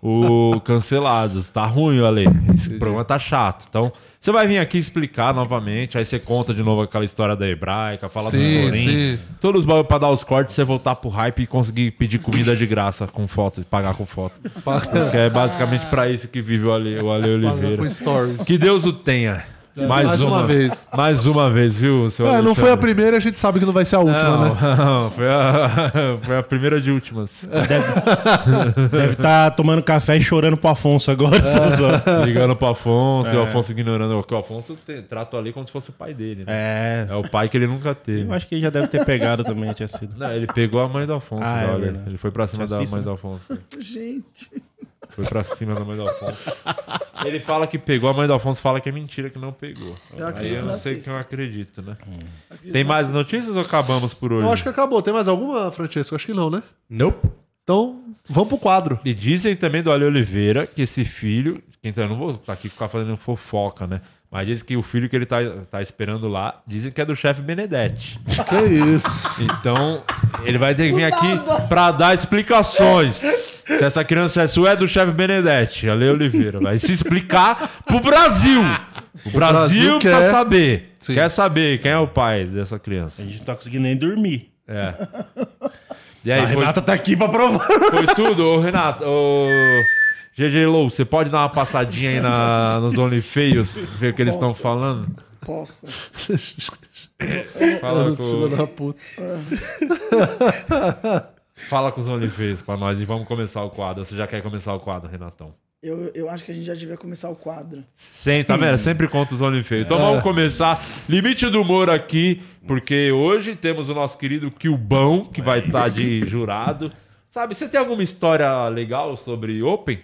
K: o, o Cancelados. Tá ruim, Ale. Esse programa tá chato. Então, você vai vir aqui explicar novamente. Aí você conta de novo aquela história da hebraica, fala
L: Sim,
K: do Sorin.
L: sim.
K: Todos os bagulho pra dar os cortes, você voltar pro hype e conseguir pedir comida de graça com foto, pagar com foto. que é basicamente pra isso que vive o Ale, o Ale Oliveira.
L: com stories.
K: Que Deus o tenha.
L: É,
K: Mais,
L: mais
K: uma,
L: uma vez.
K: Mais uma vez, viu, seu
L: É, não foi a
K: Alexandre?
L: primeira, a gente sabe que não vai ser a última,
K: Não,
L: né?
K: não, foi, a, foi a primeira de últimas.
N: Deve tá estar tomando café e chorando pro Afonso agora. essas horas.
K: Ligando pro Afonso, e o
N: É.
K: Afonso ignorando. Porque o Afonso te- trata ali como se fosse o pai dele, né?
N: É.
K: É o pai que ele nunca teve.
N: Eu acho que ele já deve ter pegado também, tinha sido.
K: Não, ele pegou a mãe do Afonso,
N: Ah, é
K: olha.
N: verdade.
K: ele foi pra cima
N: Tinha
K: da
N: sido,
K: mãe
N: né?
K: do Afonso.
M: Gente.
K: Foi pra cima da mãe do Afonso. Ele fala que pegou, a mãe do Afonso fala que é mentira, que não pegou.
L: Eu
K: Aí
L: acredito
K: eu não
L: na
K: sei
L: Cissa.
K: que eu acredito, né? Tem mais notícias ou acabamos por hoje?
L: Eu acho que acabou. Tem mais alguma, Francesco? Acho que não, né?
K: Nope.
L: Então, vamos pro quadro.
K: E dizem também do Ale Oliveira que esse filho. Então, eu não vou tá aqui ficar fazendo fofoca, né? Mas dizem que o filho que ele tá, tá esperando lá, dizem que é do chefe Benedetti.
L: Que isso.
K: Então, ele vai ter que vir aqui pra dar explicações. Se essa criança é sua, é do chefe Benedetti, Ale Oliveira. Vai se explicar pro Brasil. O,
N: O
K: Brasil,
N: Brasil
K: precisa
N: quer-
K: saber. Quer saber quem é o pai dessa criança. A
N: gente não tá conseguindo nem dormir.
K: É. E aí,
N: a
K: foi-
N: Renata tá aqui pra provar.
K: foi tudo, ô Renato. Ô... GG Low, você pode dar uma passadinha aí na, nos OnlyFeios, ver o que eles estão falando?
M: Posso.
K: Fala com-
L: Filho da puta.
K: Fala com os OnlyFeios pra nós e vamos começar o quadro. Você já quer começar o quadro, Renatão?
M: Eu, eu acho que a gente já devia começar o quadro.
K: Sim, tá vendo? Sempre conta os OnlyFeios. Então
L: É.
K: vamos começar. Limite do humor aqui, porque hoje temos o nosso querido Kilbão, que
L: É.
K: vai estar de jurado. Sabe, você tem alguma história legal sobre Open?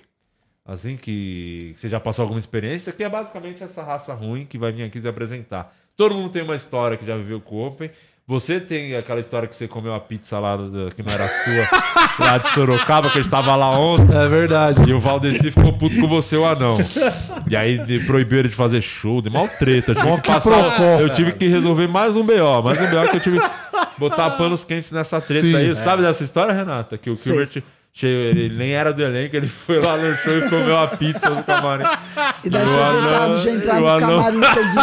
K: Assim que você já passou alguma experiência, que é basicamente essa raça ruim que vai vir aqui se apresentar. Todo mundo tem uma história que já viveu com o Open, Você tem aquela história que você comeu a pizza lá do- que não era sua, lá de Sorocaba, que a gente tava lá ontem.
L: É verdade.
K: E o Valdeci ficou puto com você, o anão. E aí de, proibiram de fazer show, de mal treta. Eu tive,
L: Mó
K: que
L: que
K: passar,
L: procó.
K: eu tive que resolver mais um BO, mais um BO que eu tive que botar panos quentes nessa treta
L: Sim.
K: aí.
L: É.
K: Sabe dessa história, Renata? Que o
L: Sim.
K: Gilbert chegou, ele nem era do elenco, ele foi lá no show e comeu a pizza do camarim.
M: E daí
K: o
M: foi
K: anão-
M: vetado de entrar
K: o
M: nos
K: anão-
M: camarins seguintes.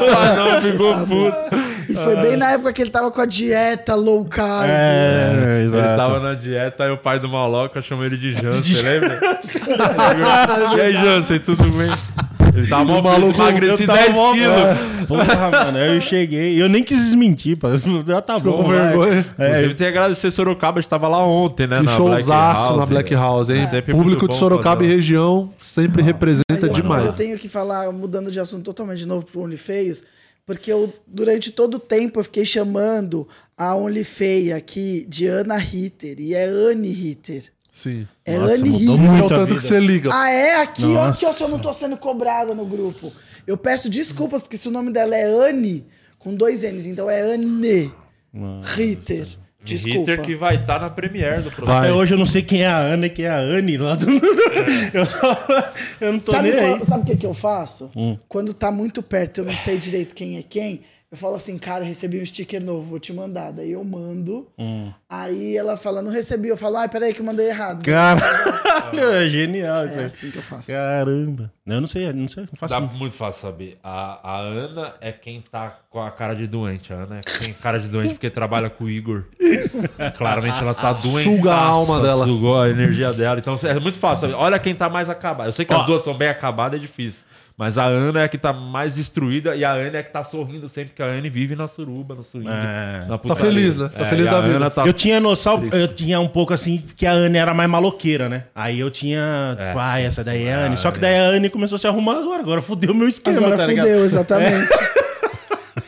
K: O anão ficou
M: Sabe?
K: puto. Ah.
M: E foi bem na época que ele tava com a dieta low carb.
K: É, Ele
N: exato.
K: tava na dieta, aí o pai do maloca chamou ele de Jansen, lembra? e aí, Jansen, tudo bem? Ele tava mó
N: O
K: maluco, emagreci
N: eu tava
K: 10
N: mó- é,
K: quilos.
N: Porra, mano, aí eu cheguei. Eu nem quis desmentir, pá. Já tá
K: Ficou
N: bom.
K: com
N: vai.
K: vergonha.
N: É,
K: Inclusive, tem que agradecer Sorocaba, a gente tava lá ontem, né?
L: Que showzaço na
K: né?
L: Black House, hein?
K: Sempre
L: Público
K: muito
L: de
K: bom Ah.
L: Sorocaba
K: fazer
L: e região sempre representa
M: Eu
L: demais.
M: tenho que falar, mudando de assunto totalmente de novo pro OnlyFeios, porque eu, durante todo o tempo, eu fiquei chamando a OnlyFei aqui de Ana Ritter, e é Anne Ritter.
L: Sim.
M: É Anne Ritter.
L: Isso é o tanto que você liga.
M: Ah, é? Aqui, ó,
L: Nossa.
M: que eu só não tô sendo cobrada no grupo. Eu peço desculpas, porque se o nome dela é Anne, com dois N's, então é Anne Ritter. Desculpa.
K: Ritter que vai estar na Premiere do programa.
N: Até hoje eu não sei quem é a Ana e quem é a Anne lá do. Eu, tava- eu não tô
M: Sabe,
N: nem
M: qual-
N: aí.
M: sabe o que, que eu faço?
N: Hum.
M: Quando tá muito perto eu não sei direito quem é quem, eu falo assim, cara, eu recebi um sticker novo, vou te mandar. Daí eu mando.
K: Hum.
M: Aí ela fala, não recebi. Eu falo, ai, peraí que eu mandei errado.
N: Caralho, é genial isso
M: É
N: aí.
M: assim que eu faço.
N: Caramba. Eu não sei, eu não sei, eu não faço.
K: Dá muito fácil saber. A, a Ana é quem tá com a cara de doente. A Ana é quem tem cara de doente porque trabalha com o Igor. Claramente ela tá doente.
L: Suga a alma dela.
K: Sugou a energia dela. Então é muito fácil. saber. Olha quem tá mais acabada. Eu sei que as duas são bem acabadas, é difícil. Mas a Ana é a que tá mais destruída e a Ana é a que tá sorrindo sempre, que a Ana vive na suruba, no swing.
N: É.
K: na
L: Tá
K: putaria.
L: feliz, né? Tá
K: É,
L: feliz
K: e
L: da
K: a
L: vida.
K: Ana tá-
N: Eu tinha noção,
K: Triste.
N: eu tinha um pouco assim, que a Anne era mais maloqueira, né? Aí eu tinha, tipo, ah, essa daí é a Anne. Só que daí a Anne começou a se arrumar agora, agora fudeu meu esquema,
M: Agora
N: tá ligado?
M: fudeu, exatamente.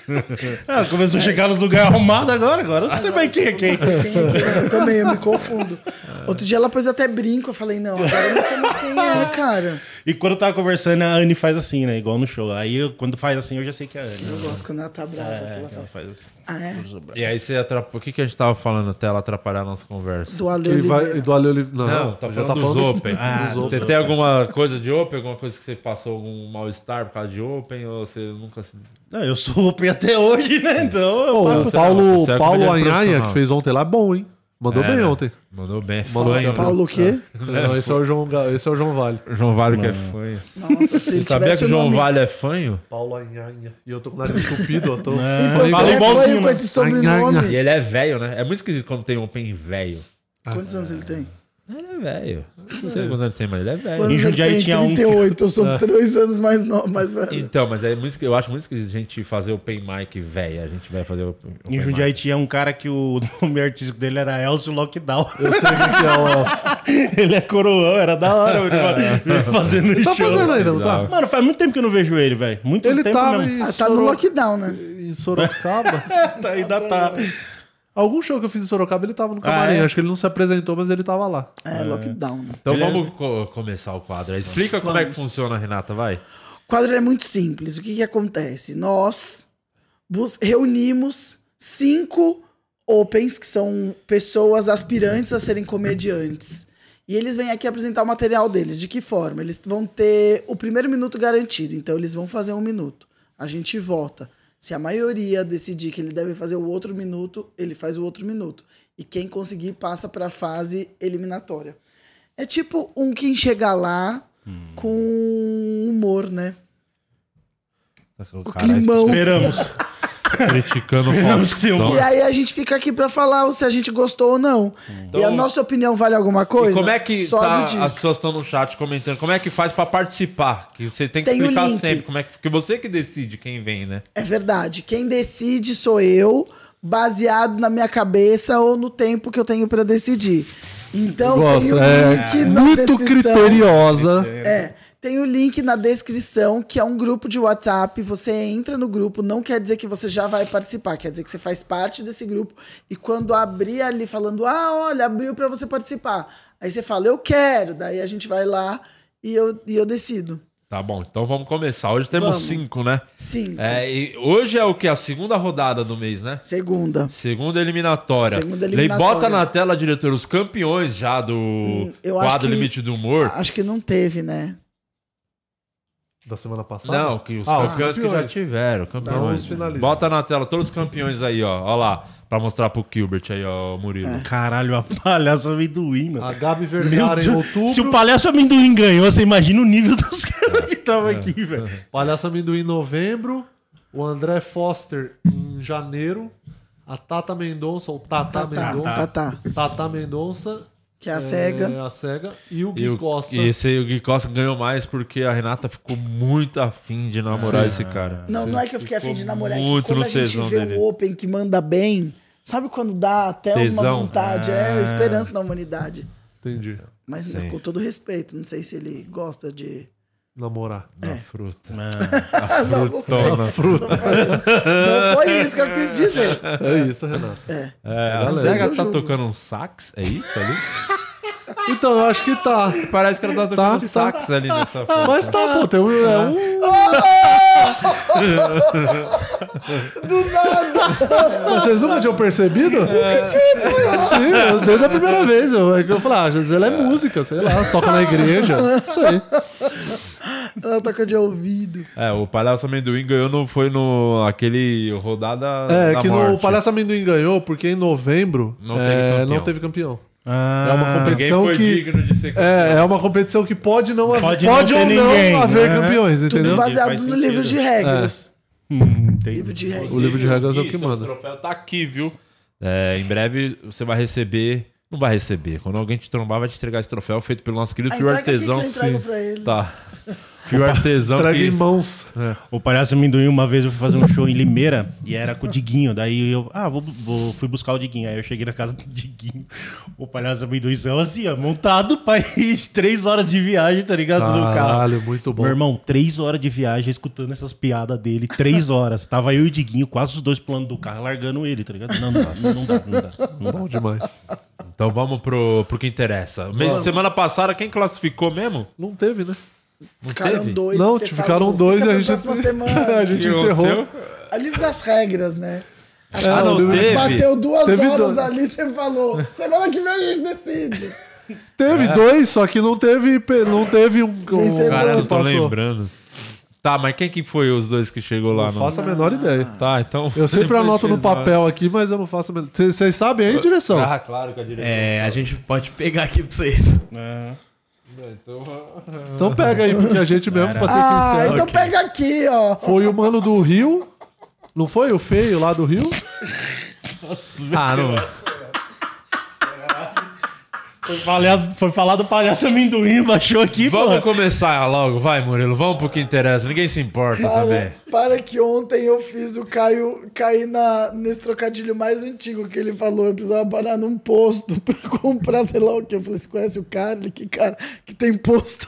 N: É. Ela começou a chegar nos lugares arrumados agora, agora eu não sei mais quem é quem.
M: Eu também, eu me confundo. Outro dia ela pôs até brinco, eu falei, não, agora eu não sei mais quem é, cara.
N: E quando eu tava conversando, a Anne faz assim, né? Igual no show. Aí eu- quando faz assim, eu já sei que é a Anne.
M: Eu gosto quando ela tá brava,
N: É,
M: que ela
N: ela
M: faz.
N: faz assim.
M: Ah, é?
K: E aí você atrapalha. O que, que a gente tava falando até ela atrapalhar a nossa conversa?
M: Do Ale
L: Que ele vai- Oliveira. do Ale Oli-
K: Não,
L: não,
K: tá
L: já
K: falando
L: tá
K: dos
L: falando-
K: Open.
L: Ah,
K: Dos Você
L: dos Open.
K: tem alguma coisa de Open? Alguma coisa que você passou algum mal-estar por causa de Open? Ou você nunca se.
N: Não, eu sou open até hoje, né? Então eu
L: Pô,
N: passo.
L: o Paulo,
K: É. Você é
L: Paulo
K: comediante
L: Anhaia,
K: profissional.
L: que fez ontem lá, é bom, hein? Mandou
K: É,
L: bem
K: né?
L: ontem.
K: Mandou bem, é
L: Mandou
K: fanho,
L: bem.
K: né? Paulo o quê?
L: Não, esse é o João, Ga- esse é o João Vale.
K: João Vale que é fanho.
M: Nossa, se
K: Você
M: ele
K: sabia
M: tivesse
K: que o
M: o
K: João
M: nome-
K: Vale é fanho?
L: Paulo Anhaia. E eu tô com o nariz entupido, eu tô... um
M: Então, você é fanho com esse sobrenome?
K: E ele é velho, né? É muito esquisito quando tem Open velho.
M: Quantos anos ele tem?
K: Ah. Ele é velho. Não sei quantos anos tem, mas ele é velho.
M: Quantos anos ele tem? 38, eu sou três anos mais, no... mais velho.
K: Então, mas é muito, esqui- eu acho muito esquisito a gente fazer open mic velho. A gente vai fazer open,
N: Em
K: open
N: Jundiaí tinha um cara que o nome artístico dele era Elcio Lockdown.
L: Eu sei quem que é o Elcio.
N: ele é coroão, era da hora. Ele,
K: É.
N: ele fazendo
L: Ele tá
N: show.
L: fazendo ainda, não tá?
N: Mano, faz muito tempo que eu não vejo ele, velho. Muito
L: Ele
N: tempo
L: tava
N: mesmo.
L: em
M: Ah, tá no lockdown, né?
L: Em Sorocaba.
N: tá, ainda tá.
L: Algum show que eu fiz em Sorocaba, ele tava no
N: Ah,
L: camarim.
N: é?
L: Acho que ele não se apresentou, mas ele tava lá.
M: É, lockdown. né?
K: Então
M: Ele é-
K: vamos co- começar o quadro. aí. Explica como é que funciona, Renata, vai.
M: O quadro é muito simples. O que, que acontece? Nós bus- reunimos cinco opens, que são pessoas aspirantes a serem comediantes. E eles vêm aqui apresentar o material deles. De que forma? Eles vão ter o primeiro minuto garantido. Então, eles vão fazer um minuto. A gente vota. Se a maioria decidir que ele deve fazer o outro minuto, ele faz o outro minuto. E quem conseguir passa para a fase eliminatória. É tipo um quem chega lá com humor, né?
K: O
M: climão.
N: Esperamos.
K: Criticando o
N: Esperamos que tenha um
K: Faustão.
M: E aí a gente fica aqui pra falar se a gente gostou ou não. e a nossa opinião vale alguma coisa?
K: Hum. Então- E como é que
M: Sobe
K: tá-
M: o disco.
K: as pessoas estão no chat comentando? Como é que faz pra participar? Que você tem que
M: Tem o
K: explicar
M: link.
K: sempre como é que porque você que decide quem vem, né?
M: É verdade. Quem decide sou eu, baseado na minha cabeça ou no tempo que eu tenho pra decidir. Então tem
L: Gosto.
M: o
L: É,
M: link na
L: muito
M: descrição.
L: criteriosa.
M: É. Tem o link na descrição, que é um grupo de WhatsApp. Você entra no grupo, não quer dizer que você já vai participar, quer dizer que você faz parte desse grupo. E quando abrir ali falando, ah, olha, abriu pra você participar. Aí você fala, eu quero. Daí a gente vai lá e eu, e eu decido.
K: Tá bom, então vamos começar. Hoje temos
M: Vamos.
K: cinco, né?
M: Cinco.
K: É, e hoje é o que? A segunda rodada do mês, né?
M: Segunda.
K: Segunda eliminatória.
M: Segunda
K: Lei,
M: eliminatória. Hum,
K: bota na tela, diretor, os campeões já do
M: eu acho
K: quadro
M: que-
K: Limite do Humor.
M: Acho que não teve, né?
L: Da semana passada?
K: Não, que os
L: Ah,
K: campeões, que já tiveram.
L: Então,
K: Campeões.
L: os finalistas.
K: Bota na tela todos os campeões aí, ó. Ó lá. Pra mostrar pro Gilbert aí, ó, o Murilo.
M: É.
N: Caralho, a palhaço amendoim, mano.
L: A Gabi
N: Meu
L: Vergara em
N: Deus,
L: outubro.
N: Se o palhaço amendoim ganhou, você imagina o nível dos caras que tava
L: É.
N: aqui, velho.
L: Palhaço Amendoim em novembro, o André Foster em janeiro, a Tata Mendonça, ou Tata Mendonça.
M: Tata.
L: Tata Mendonça.
M: Que é a cega.
L: A cega. E o Gui
K: E o,
L: Costa.
K: e esse aí, o Gui Costa ganhou mais porque a Renata ficou muito afim de
L: Sim.
K: namorar esse cara.
M: Não, não é que eu fiquei afim
K: Ficou
M: de namorar. é que
K: Muito
M: quando
K: no
M: a gente
K: tesão
M: vê
K: dele.
M: um Open que manda bem, sabe quando dá até
K: Tesão?
M: uma vontade?
K: Ah.
M: É, esperança na humanidade.
L: Entendi.
M: Mas né,
K: Sim.
M: com todo respeito, não sei se ele gosta de.
L: Namorar.
K: Na fruta.
M: Ah, não, É. não sei.
K: frutona.
M: Não foi- não foi isso que eu quis dizer.
L: É isso, Renato.
M: É.
K: É, a
L: Beleza.
K: Cega tá
L: Eu julgo.
K: tocando um sax, é isso ali?
L: Então, eu acho que tá.
K: Parece que ela tá tocando sax ali nessa foto.
L: Mas tá, pô, tem um. É um...
M: Do nada!
L: Mas um- vocês nunca tinham percebido?
M: Nunca
N: É.
M: tinha.
L: Sim, eu- desde a primeira vez. Eu, eu falei, ah, às vezes ela é música, sei lá, toca na igreja. Isso aí.
M: Ela toca de ouvido.
K: É, o Palhaço Amendoim ganhou, não foi no aquele rodada
L: É,
K: da
L: que
K: morte.
L: no, o Palhaço Amendoim ganhou porque em novembro
K: Não
L: não,
K: teve
L: teve,
K: campeão.
L: campeão. não teve campeão.
K: Ah,
L: é uma competição
K: ninguém foi
L: que.
K: digno de ser campeão.
L: É, é uma competição que pode não pode,
K: Pode não ter
L: ou não
K: ninguém,
L: haver
K: né?
L: campeões,
K: Tudo
L: entendeu?
K: baseado Faz no sentido. Hum. livro de regras.
L: É.
M: livro de regras.
L: O livro de regras é o que
K: Isso,
L: manda.
K: troféu tá aqui, viu? É, em breve você vai receber. Não vai receber. Quando alguém te trombar, vai te entregar esse troféu feito pelo nosso querido
M: Ah,
K: Fio
M: entrega aqui
K: Artesão.
M: que eu entrego pra ele.
K: Tá. Fio Artesão.
N: Entrega
K: que- É.
N: em
L: mãos.
N: O palhaço amendoim, uma vez eu fui fazer um show em Limeira e era com o Diguinho. Daí eu, ah, vou, vou- fui buscar o Diguinho. Aí eu cheguei na casa do Diguinho. O palhaço amendoimzão, assim, ó, montado pra ir três horas de viagem, tá ligado? no carro.
L: Caralho, muito bom.
N: Meu irmão, três horas de viagem escutando essas piadas dele. Três horas. Tava eu e o Diguinho, quase os dois pulando do carro, largando ele, tá ligado? Não, não dá, não dá, não dá. Não dá.
L: Bom demais.
K: Então vamos pro, pro que interessa. Mês-
L: Vamos.
K: Semana passada, quem classificou mesmo?
L: Não teve, né?
K: Não
M: Ficaram
K: teve?
M: dois.
L: Não,
M: você
L: te- ficaram dois
M: Fica
L: e a
M: pra
L: gente-
M: próxima semana.
L: a gente Que encerrou. aconteceu?
M: A livro das regras, né?
L: É, Ah, não,
M: Acho que
L: teve.
M: Bateu duas
L: Teve
M: horas
L: dois.
M: ali, você falou. Semana que vem a gente decide.
L: Teve
K: É.
L: dois, só que não teve, pe- não teve um. um
K: Cara, eu não tô
L: passou.
K: lembrando. Tá, mas quem que foi os dois que chegou lá?
L: Não faço a menor ideia.
K: Tá, então...
L: Eu sempre
K: depois
L: anoto no
K: vocês olham.
L: papel aqui, mas eu não faço a menor. Vocês vocês sabem aí, direção?
K: Ah, claro É, que a direção.
Q: É, a gente pode pegar aqui pra vocês. É.
L: Então pega aí, porque a gente mesmo, pra ser
M: Ah,
L: sincero.
M: então pega aqui, ó.
L: Foi o mano do Rio. Não foi o feio lá do Rio?
K: Ah, não.
N: Foi falar, foi falar do palhaço amendoim, baixou aqui, pô.
K: Vamos começar logo, vai, Murilo. Vamos pro que interessa. Ninguém se importa também.
M: Para, para que ontem eu fiz o Caio cair na, nesse trocadilho mais antigo que ele falou. Eu precisava parar num posto pra comprar, sei lá o que. Eu falei, você conhece o cara? Ele, que cara que tem posto?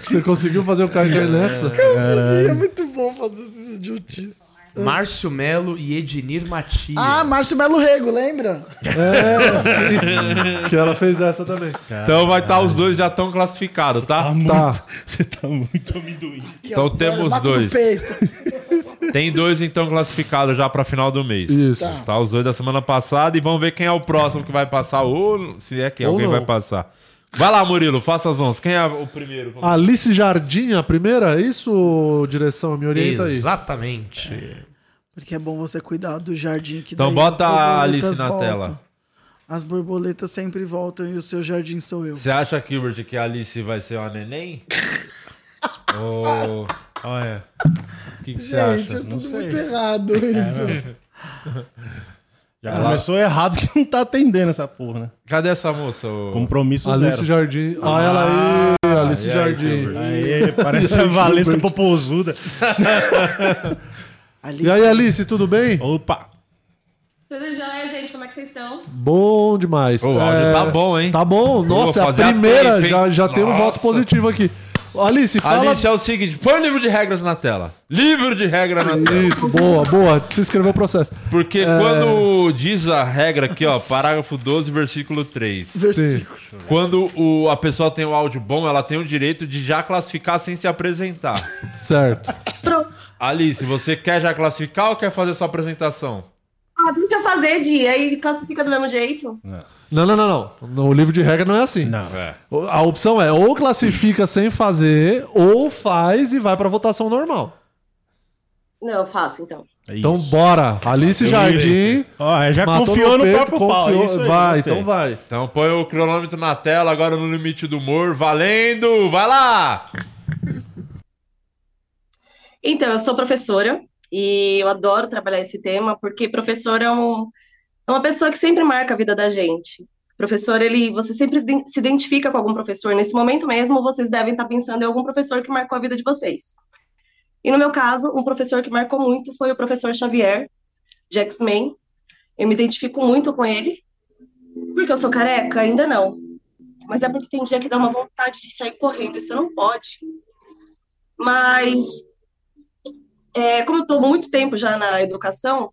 L: Você conseguiu fazer o Caio cair nessa?
M: Consegui, é muito bom fazer esses idiotices.
Q: Márcio Melo e Ednir Matias.
M: Ah, Márcio Melo Rego, lembra?
L: É, sim. que ela fez essa também.
K: Então vai estar os dois já estão classificados, tá? Tá.
N: Você tá muito amendoim.
M: é
K: Então temos
M: Bato no
K: dois.
M: peito.
K: Tem dois então classificados já pra final do mês.
L: Isso.
K: Tá.
L: Tá.
K: os dois da semana passada e vamos ver quem é o próximo que vai passar ou se é que
L: Ou
K: alguém
L: não.
K: vai passar. Vai lá, Murilo, faça as onças. Quem é o primeiro?
L: Alice Jardim, a primeira? É Isso, direção, me orienta aí.
Q: Exatamente.
M: Porque é bom você cuidar do jardim que
K: Então
M: daí
K: bota
M: as borboletas
K: a Alice na
M: voltam.
K: tela.
M: As borboletas sempre voltam e o seu jardim sou eu.
K: Você acha, Gilbert, que a Alice vai ser uma neném? Ou...
N: Olha.
K: O que que você acha?
M: Gente, é
K: Não
M: tudo
K: sei.
M: muito errado isso.
N: Já
K: Ela-
N: Ah, começou errado que não tá atendendo essa porra, né?
K: Cadê essa moça? ô? Ah,
N: Compromisso
L: Alice
N: zero. Ah,
L: Jardim. Olha ela aí, Alice
K: e aí,
L: Jardim.
K: Gilbert?
N: Aê, parece a Valesca Popozuda.
L: E aí, Alice, tudo bem?
N: Opa!
R: Tudo jóia, gente? Como é que vocês estão?
L: Bom demais.
K: O áudio tá bom, hein?
L: Tá bom.
K: Eu vou
L: Nossa, é a
K: fazer a
L: primeira.
K: tape, hein?
L: já já tem um
K: Nossa.
L: voto positivo aqui. Alice, fala.
K: Alice é o seguinte: põe o livro de regras na tela. Livro de regra na tela.
L: Isso, boa, boa. Você escreveu o processo.
K: Porque
L: É.
K: quando diz a regra aqui, ó, parágrafo 12, versículo 3.
L: Versículo.
K: Sim. Quando o- a pessoa tem o áudio bom, ela tem o direito de já classificar sem se apresentar.
L: Certo.
K: Alice, você quer já classificar ou quer fazer sua apresentação?
R: Ah, deixa eu fazer, Di. Aí classifica do mesmo jeito.
L: Não, não, não, não. No- O livro de regra não é assim. Não.
K: É.
L: A opção é ou classifica sem fazer, ou faz e vai pra votação normal.
R: Não, eu faço então.
L: Então bora. Alice
K: Eu
L: Jardim.
K: ia. É Ó, é, já
L: matou
K: confiou no
L: peito,
K: próprio pau, é isso aí,
L: vai,
K: gostei.
L: então vai.
K: Então põe o cronômetro na tela, agora no limite do humor. Valendo! Vai lá!
R: Então, eu sou professora e eu adoro trabalhar esse tema porque professor é, um, é uma pessoa que sempre marca a vida da gente. Professor, ele, você sempre iden- se identifica com algum professor. Nesse momento mesmo, vocês devem estar pensando em algum professor que marcou a vida de vocês. E no meu caso, um professor que marcou muito foi o professor Xavier, de X-Men. Eu me identifico muito com ele. Porque eu sou careca? Ainda não. Mas é porque tem dia que dá uma vontade de sair correndo, isso não pode. Mas é, como eu estou muito tempo já na educação,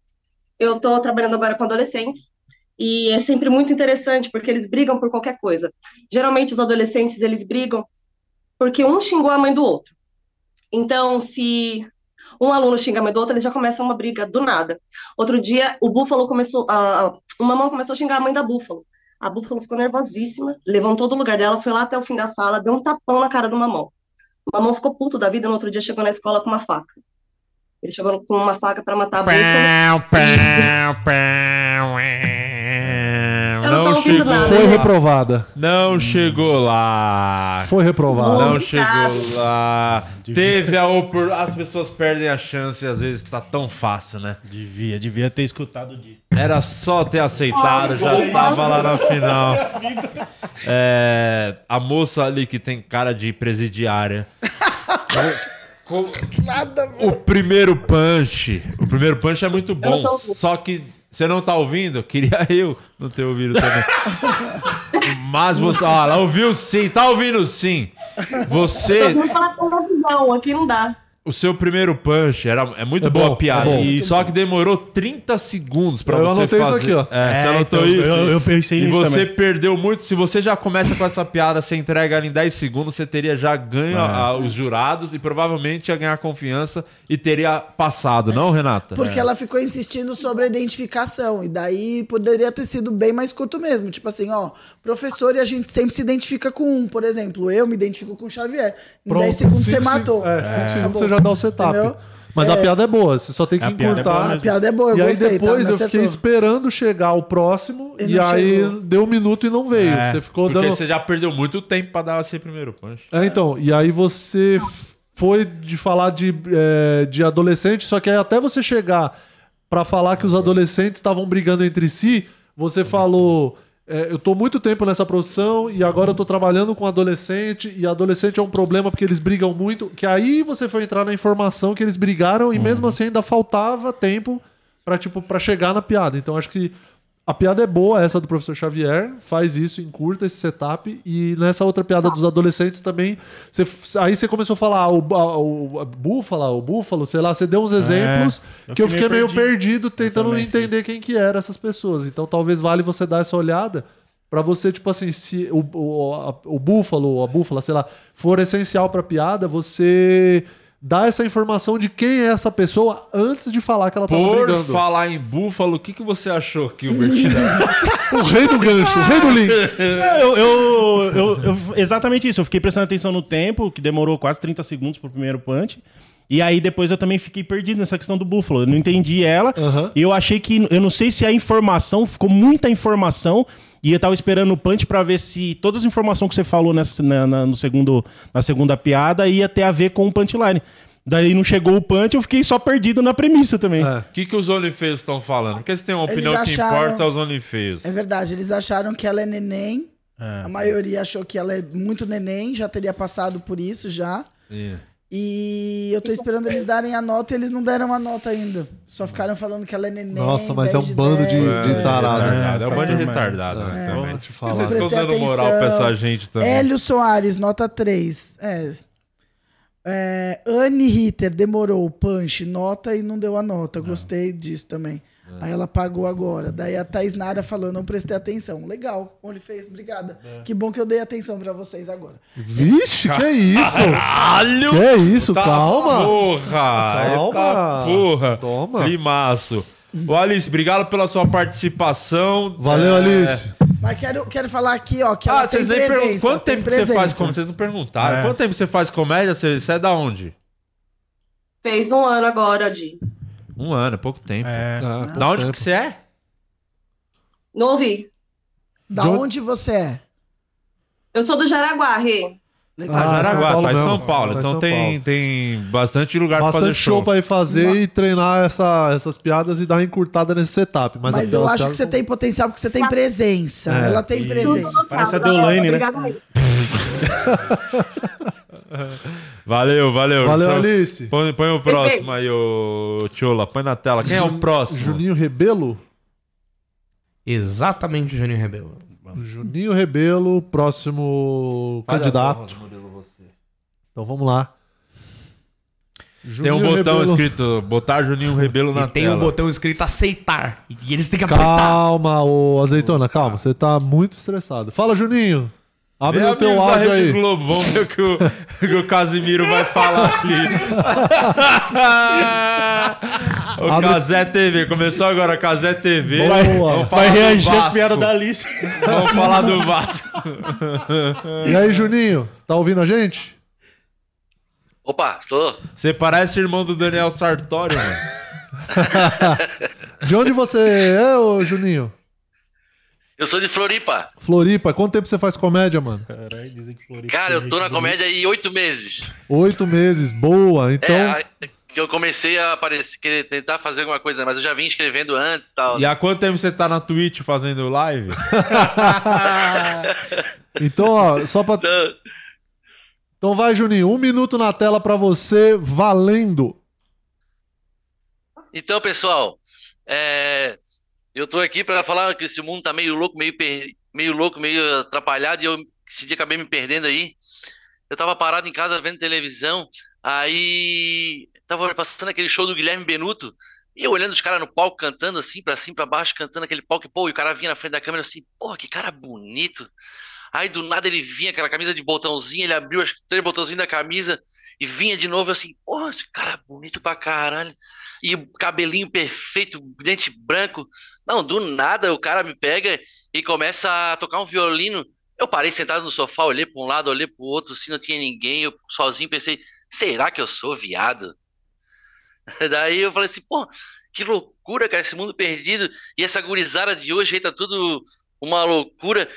R: eu estou trabalhando agora com adolescentes e é sempre muito interessante porque eles brigam por qualquer coisa. Geralmente os adolescentes eles brigam porque um xingou a mãe do outro. Então, se um aluno xinga a mãe do outro, eles já começam uma briga do nada. Outro dia, o Búfalo começou, a, a- uma mão começou a xingar a mãe da Búfalo. A Búfalo ficou nervosíssima, levantou do lugar dela, foi lá até o fim da sala, deu um tapão na cara do Mamão. O Mamão ficou puto da vida, no outro dia chegou na escola com uma faca. Ele chegou com uma faca pra matar a búfala.
K: é.
R: Eu não tô ouvindo nada.
L: Foi reprovada.
K: Não chegou lá.
L: Foi reprovada.
K: Não chegou lá. Teve a oportunidade. As pessoas perdem a chance, às vezes tá tão fácil, né?
N: Devia, devia ter escutado o dia.
K: Era só ter aceitado,
N: Ai,
K: já
N: foi
K: tava
N: isso.
K: lá na final. É, a moça ali que tem cara de presidiária. Com-
M: Nada,
K: O primeiro punch. O primeiro punch é muito
M: não tô
K: bom.
M: ouvindo.
K: Só que você não tá ouvindo? Queria eu não ter ouvido também. Mas você. Ó, ela ouviu sim, tá ouvindo sim.
R: Todo
K: Você.
R: mundo fala tá televisão, aqui não dá.
K: O seu primeiro punch era, é muito boa a piada.
N: é bom.
K: E só que demorou 30 segundos pra
N: Eu
K: você
N: anotei isso
K: fazer.
N: aqui, ó.
K: É, você
N: É,
K: anotou
N: então,
K: isso.
N: eu- eu pensei
K: e
N: nisso
K: você
N: também.
K: perdeu muito. Se você já começa com essa piada, você entrega ela em 10 segundos, você teria já ganho
N: É.
K: a- os jurados e provavelmente ia ganhar confiança e teria passado, não, Renata? É.
M: Porque
L: É.
M: ela ficou insistindo sobre a identificação. E daí poderia ter sido bem mais curto mesmo. Tipo assim, ó, professor e a gente sempre se identifica com um. Por exemplo, eu me identifico com o Xavier. Em
L: Pronto,
M: 10 segundos
L: cinco
M: você
L: seg-
M: matou.
L: É, 5 segundos
M: Acabou.
L: você já dá o setup.
M: Entendeu?
L: Mas a
M: É.
L: piada é boa, você só tem que
M: A piada é boa
L: encurtar.
M: mesmo. A piada é boa, eu
L: E aí
M: gostei, tá?
L: depois
M: Me
L: eu
M: acertou.
L: fiquei esperando chegar o próximo
M: E
L: e,
M: não
L: aí
M: chegou.
L: deu um minuto e não veio.
K: É,
L: você ficou
K: porque
L: dando.
K: você já perdeu muito tempo pra dar esse primeiro punch.
L: É, então, e aí você f- foi de falar de, é, de adolescente, só que aí até você chegar pra falar que os adolescentes estavam brigando entre si, você falou. é, eu tô muito tempo nessa profissão e agora eu tô trabalhando com adolescente, e adolescente é um problema porque eles brigam muito. Que aí você foi entrar na informação que eles brigaram e mesmo assim ainda faltava tempo pra tipo, pra chegar na piada. Então acho que a piada é boa, essa do professor Xavier. Faz isso, encurta esse setup. E nessa outra piada dos adolescentes também. você f- aí você começou a falar ah, o, bu- ah, o, a búfala, o búfalo, sei lá. Você deu uns exemplos
N: eu
L: que eu
N: fiquei
L: fiquei
N: meio
L: meio perdido, tentando entender quem que eram essas pessoas. Então talvez vale você dar essa olhada. Pra você, tipo assim, se o, o, a- o búfalo, a búfala, sei lá, for essencial pra piada, você dá essa informação de quem é essa pessoa antes de falar que ela tava
K: Por
L: brigando.
K: falar em búfalo, o que, que você achou, Gilbert?
L: O rei do gancho, o rei do link.
N: É, Eu, eu- eu- eu- exatamente isso. Eu fiquei prestando atenção no tempo, que demorou quase 30 segundos pro primeiro punch. E aí depois eu também fiquei perdido nessa questão do Buffalo. Eu não entendi ela. E eu achei que. Eu não sei se a informação, ficou muita informação. E eu tava esperando o punch pra ver se todas as informações que você falou nessa, na, na- no segundo, na segunda piada ia ter a ver com o punchline. Daí não chegou o punch, eu fiquei só perdido na premissa também.
K: O que, que os OnlyFeios estão falando? Porque se tem uma
M: Eles
K: opinião
M: acharam-
K: que importa, é os OnlyFeios.
M: É verdade, eles acharam que ela é neném. A maioria achou que ela é muito neném, já teria passado por isso já. E eu tô esperando eles darem a nota e eles não deram a nota ainda. Só ficaram falando que ela é neném.
L: Nossa, mas é um
M: 10
L: bando de,
M: 10.
L: de
K: É,
L: tarado.
K: retardado. É um bando de
L: É.
K: retardado, né,
L: É.
K: também.
L: Vou te
K: E
L: falar.
K: vocês ficam
M: Prestei
K: dando moral pra
M: atenção.
K: essa gente também.
M: Hélio Soares, nota 3. É. É, Anne Ritter demorou o punch, nota e não deu a nota. Gostei disso também.
S: É.
M: Aí ela pagou agora. Daí a Thais Nara falou: não prestei atenção. Legal, onde fez, obrigada.
S: É.
M: Que bom que eu dei atenção pra vocês agora.
L: Vixe, que é isso?
K: Caralho!
L: Que é isso,
K: Tá
L: calma!
K: Porra!
L: Calma.
K: Eita porra!
L: Toma!
K: Limaço! Ô Alice, obrigado pela sua participação.
L: Valeu,
K: É,
L: Alice.
M: Mas quero, quero falar aqui, ó, que ela
K: Ah, vocês nem perguntaram. Quanto
M: tem
K: tempo que você faz
M: presença.
K: comédia? Vocês não perguntaram.
M: É.
K: Quanto tempo você faz comédia? Você, você é da onde?
R: Fez um ano agora, de
K: Um ano, é pouco tempo.
L: Ah,
K: da onde que você é?
R: Não ouvi.
M: Da
K: De onde-
M: onde você é?
R: Eu sou do Jaraguá, Rê.
K: Ah, Jaraguá,
L: Paulo
K: tá em
L: mesmo.
K: São Paulo.
L: Tá em
K: então
L: São
K: tem,
L: Paulo.
K: tem bastante lugar pra fazer
L: Bastante
K: show.
L: show pra ir fazer e treinar essa- essas piadas e dar uma encurtada nesse setup. Mas,
M: Mas, eu
L: aquelas
M: acho que
L: piadas
M: você tem potencial porque você tem presença.
L: tá? É.
M: Ela tem
L: Isso.
M: presença.
L: Parece a Deolane, né? Obrigada.
K: Valeu, valeu.
L: Valeu,
K: Então,
L: Alice.
K: Põe, põe o próximo aí, ô Tchola. Põe na tela. Quem é o
L: Ju-
K: próximo?
L: Juninho Rebelo?
Q: Exatamente o Juninho Rebelo.
L: Juninho Rebelo, próximo
Q: Olha
L: candidato. Então vamos lá.
K: Tem um
L: Juninho
K: botão
L: Rebelo.
K: escrito botar Juninho Rebelo na
Q: E tem
K: tela.
Q: um botão escrito aceitar. E eles têm que apertar.
L: Calma, ô azeitona, calma. Você tá muito estressado. Fala, Juninho. Abre
K: Vê
L: o teu
K: amigos da
L: áudio
K: Rede
L: aí.
K: Globo, vamos ver o que o, que o Casimiro vai falar ali. o
N: Abre-
K: Casé TV, começou agora Casé TV.
N: Vai- vai
K: falar do
N: reagir a
K: Vasco.
N: piada da Alice.
K: Vamos falar do Vasco.
L: E aí, Juninho, tá ouvindo a gente?
T: Opa, tô.
K: Você parece irmão do Daniel Sartori, mano.
L: De onde você é, ô Juninho?
T: Eu sou de Floripa.
L: Floripa, quanto tempo você faz comédia, mano?
T: Caralho, dizem que Floripa. Cara, eu tô na comédia aí oito meses.
L: Oito meses, boa. Então,
T: É, a- que eu comecei a aparecer, querer tentar fazer alguma coisa, mas eu já vim escrevendo antes e tal.
K: E há quanto tempo você tá na Twitch fazendo live?
L: então ó, só pra. Então vai, Juninho, um minuto na tela pra você, valendo.
T: Então, pessoal, é, eu tô aqui pra falar que esse mundo tá meio louco, meio, per- meio louco, meio atrapalhado, e eu esse dia acabei me perdendo aí. Eu tava parado em casa vendo televisão, aí tava passando aquele show do Guilherme Benuto, e eu olhando os caras no palco cantando assim, pra cima, pra baixo, cantando aquele palco, e, pô, e o cara vinha na frente da câmera assim, porra, que cara bonito. Aí do nada ele vinha, aquela camisa de botãozinho, ele abriu os três botãozinhos da camisa e vinha de novo eu assim, porra, esse cara bonito pra caralho. E o cabelinho perfeito, dente branco. Não, do nada o cara me pega e começa a tocar um violino. Eu parei sentado no sofá, olhei pra um lado, olhei pro outro, assim, não tinha ninguém, eu sozinho pensei, será que eu sou viado? Daí eu falei assim, pô, que loucura, cara, esse mundo perdido. E essa gurizada de hoje aí tá tudo uma loucura.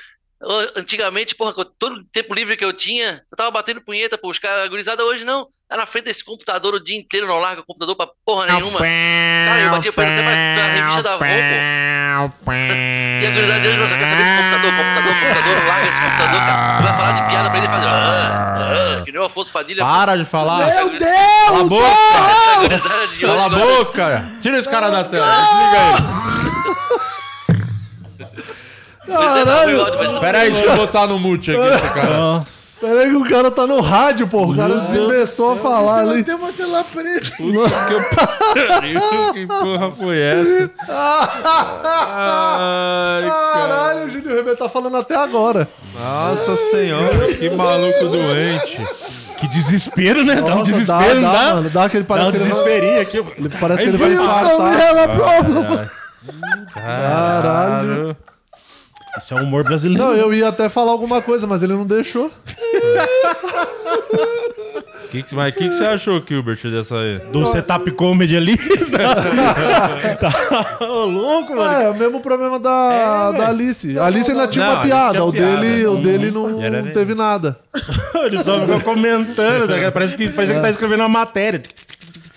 T: Ô, Antigamente, porra, com todo o tempo livre que eu tinha, eu tava batendo punheta, pô, os caras, a gurizada hoje não. Tá na frente desse computador o dia inteiro, não larga o computador pra porra nenhuma. Cara, eu batia punheta até pra, pra revista da Avon, pô. E a gurizada de hoje não só quer saber do computador, computador, computador, larga esse computador, cara. Tu vai falar de piada pra ele e fazer, ah, ah, que nem o Afonso Padilha.
K: Para de falar.
T: Essa
K: Meu
T: guri-
K: Cala a boca!
T: Essa gurizada de hoje
K: Cala a
T: não-
K: boca! Tira esse cara da tela, desliga ele.
T: é,
L: é, Caralho!
K: Peraí, deixa eu botar no mute aqui esse cara.
L: Peraí que o cara tá no rádio, pô. O cara desinvestou a falar
M: Ela
L: ali.
M: tem uma tela preta.
K: que porra foi essa? Ai, cara.
L: Caralho, o Júnior Rebelo tá falando até agora.
K: Nossa senhora, que maluco doente. Que desespero, né?
L: Nossa, dá, dá, mano. Dá aquele parece que ele vai-
K: aqui.
L: Ele parece que ele vai
K: Houston,
L: infartar.
K: we have a problem.
L: Caralho.
N: Caralho. Isso é humor brasileiro.
L: Não, eu ia até falar alguma coisa, mas ele não deixou.
K: Que que, mas o que, que você achou, Gilbert, dessa aí?
N: Do setup comedy ali.
L: Ô, louco, mano. É, o mesmo problema da, da Alice. A Alice ainda tinha
N: É, Não,
L: uma
N: a Alice
L: piada. Hum.
N: tinha
L: o
N: piada.
L: dele, o
N: Uhum.
L: dele não,
N: E era
L: não teve nada.
N: Ele só ficou comentando. tá ligado? Parece que, parece que
L: É.
N: tá escrevendo uma matéria.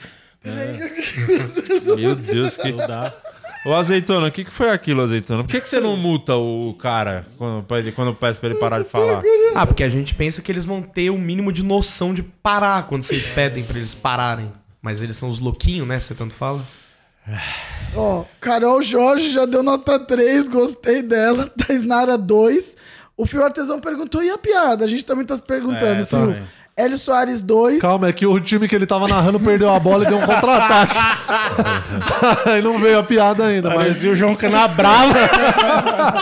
K: Meu Deus, que. dá. Ô, Azeitona, o que, que foi aquilo, Azeitona? Por que, que você não multa o cara quando, pra ele- quando eu peço pra ele parar de falar?
Q: Ah, porque a gente pensa que eles vão ter o mínimo de noção de parar quando vocês pedem pra eles pararem. Mas eles são os louquinhos, né? Você tanto fala.
M: Ó, Carol Jorge já deu nota 3, gostei dela. Taisnara 2. O Fio Artesão perguntou, e a piada? A gente também tá se perguntando,
N: É,
M: Fio.
N: também.
M: Hélio Soares 2.
L: Calma, é que o time que ele tava narrando perdeu a bola e deu um contra-ataque. Aí não veio a piada ainda. Mas
N: e o João Canabrava?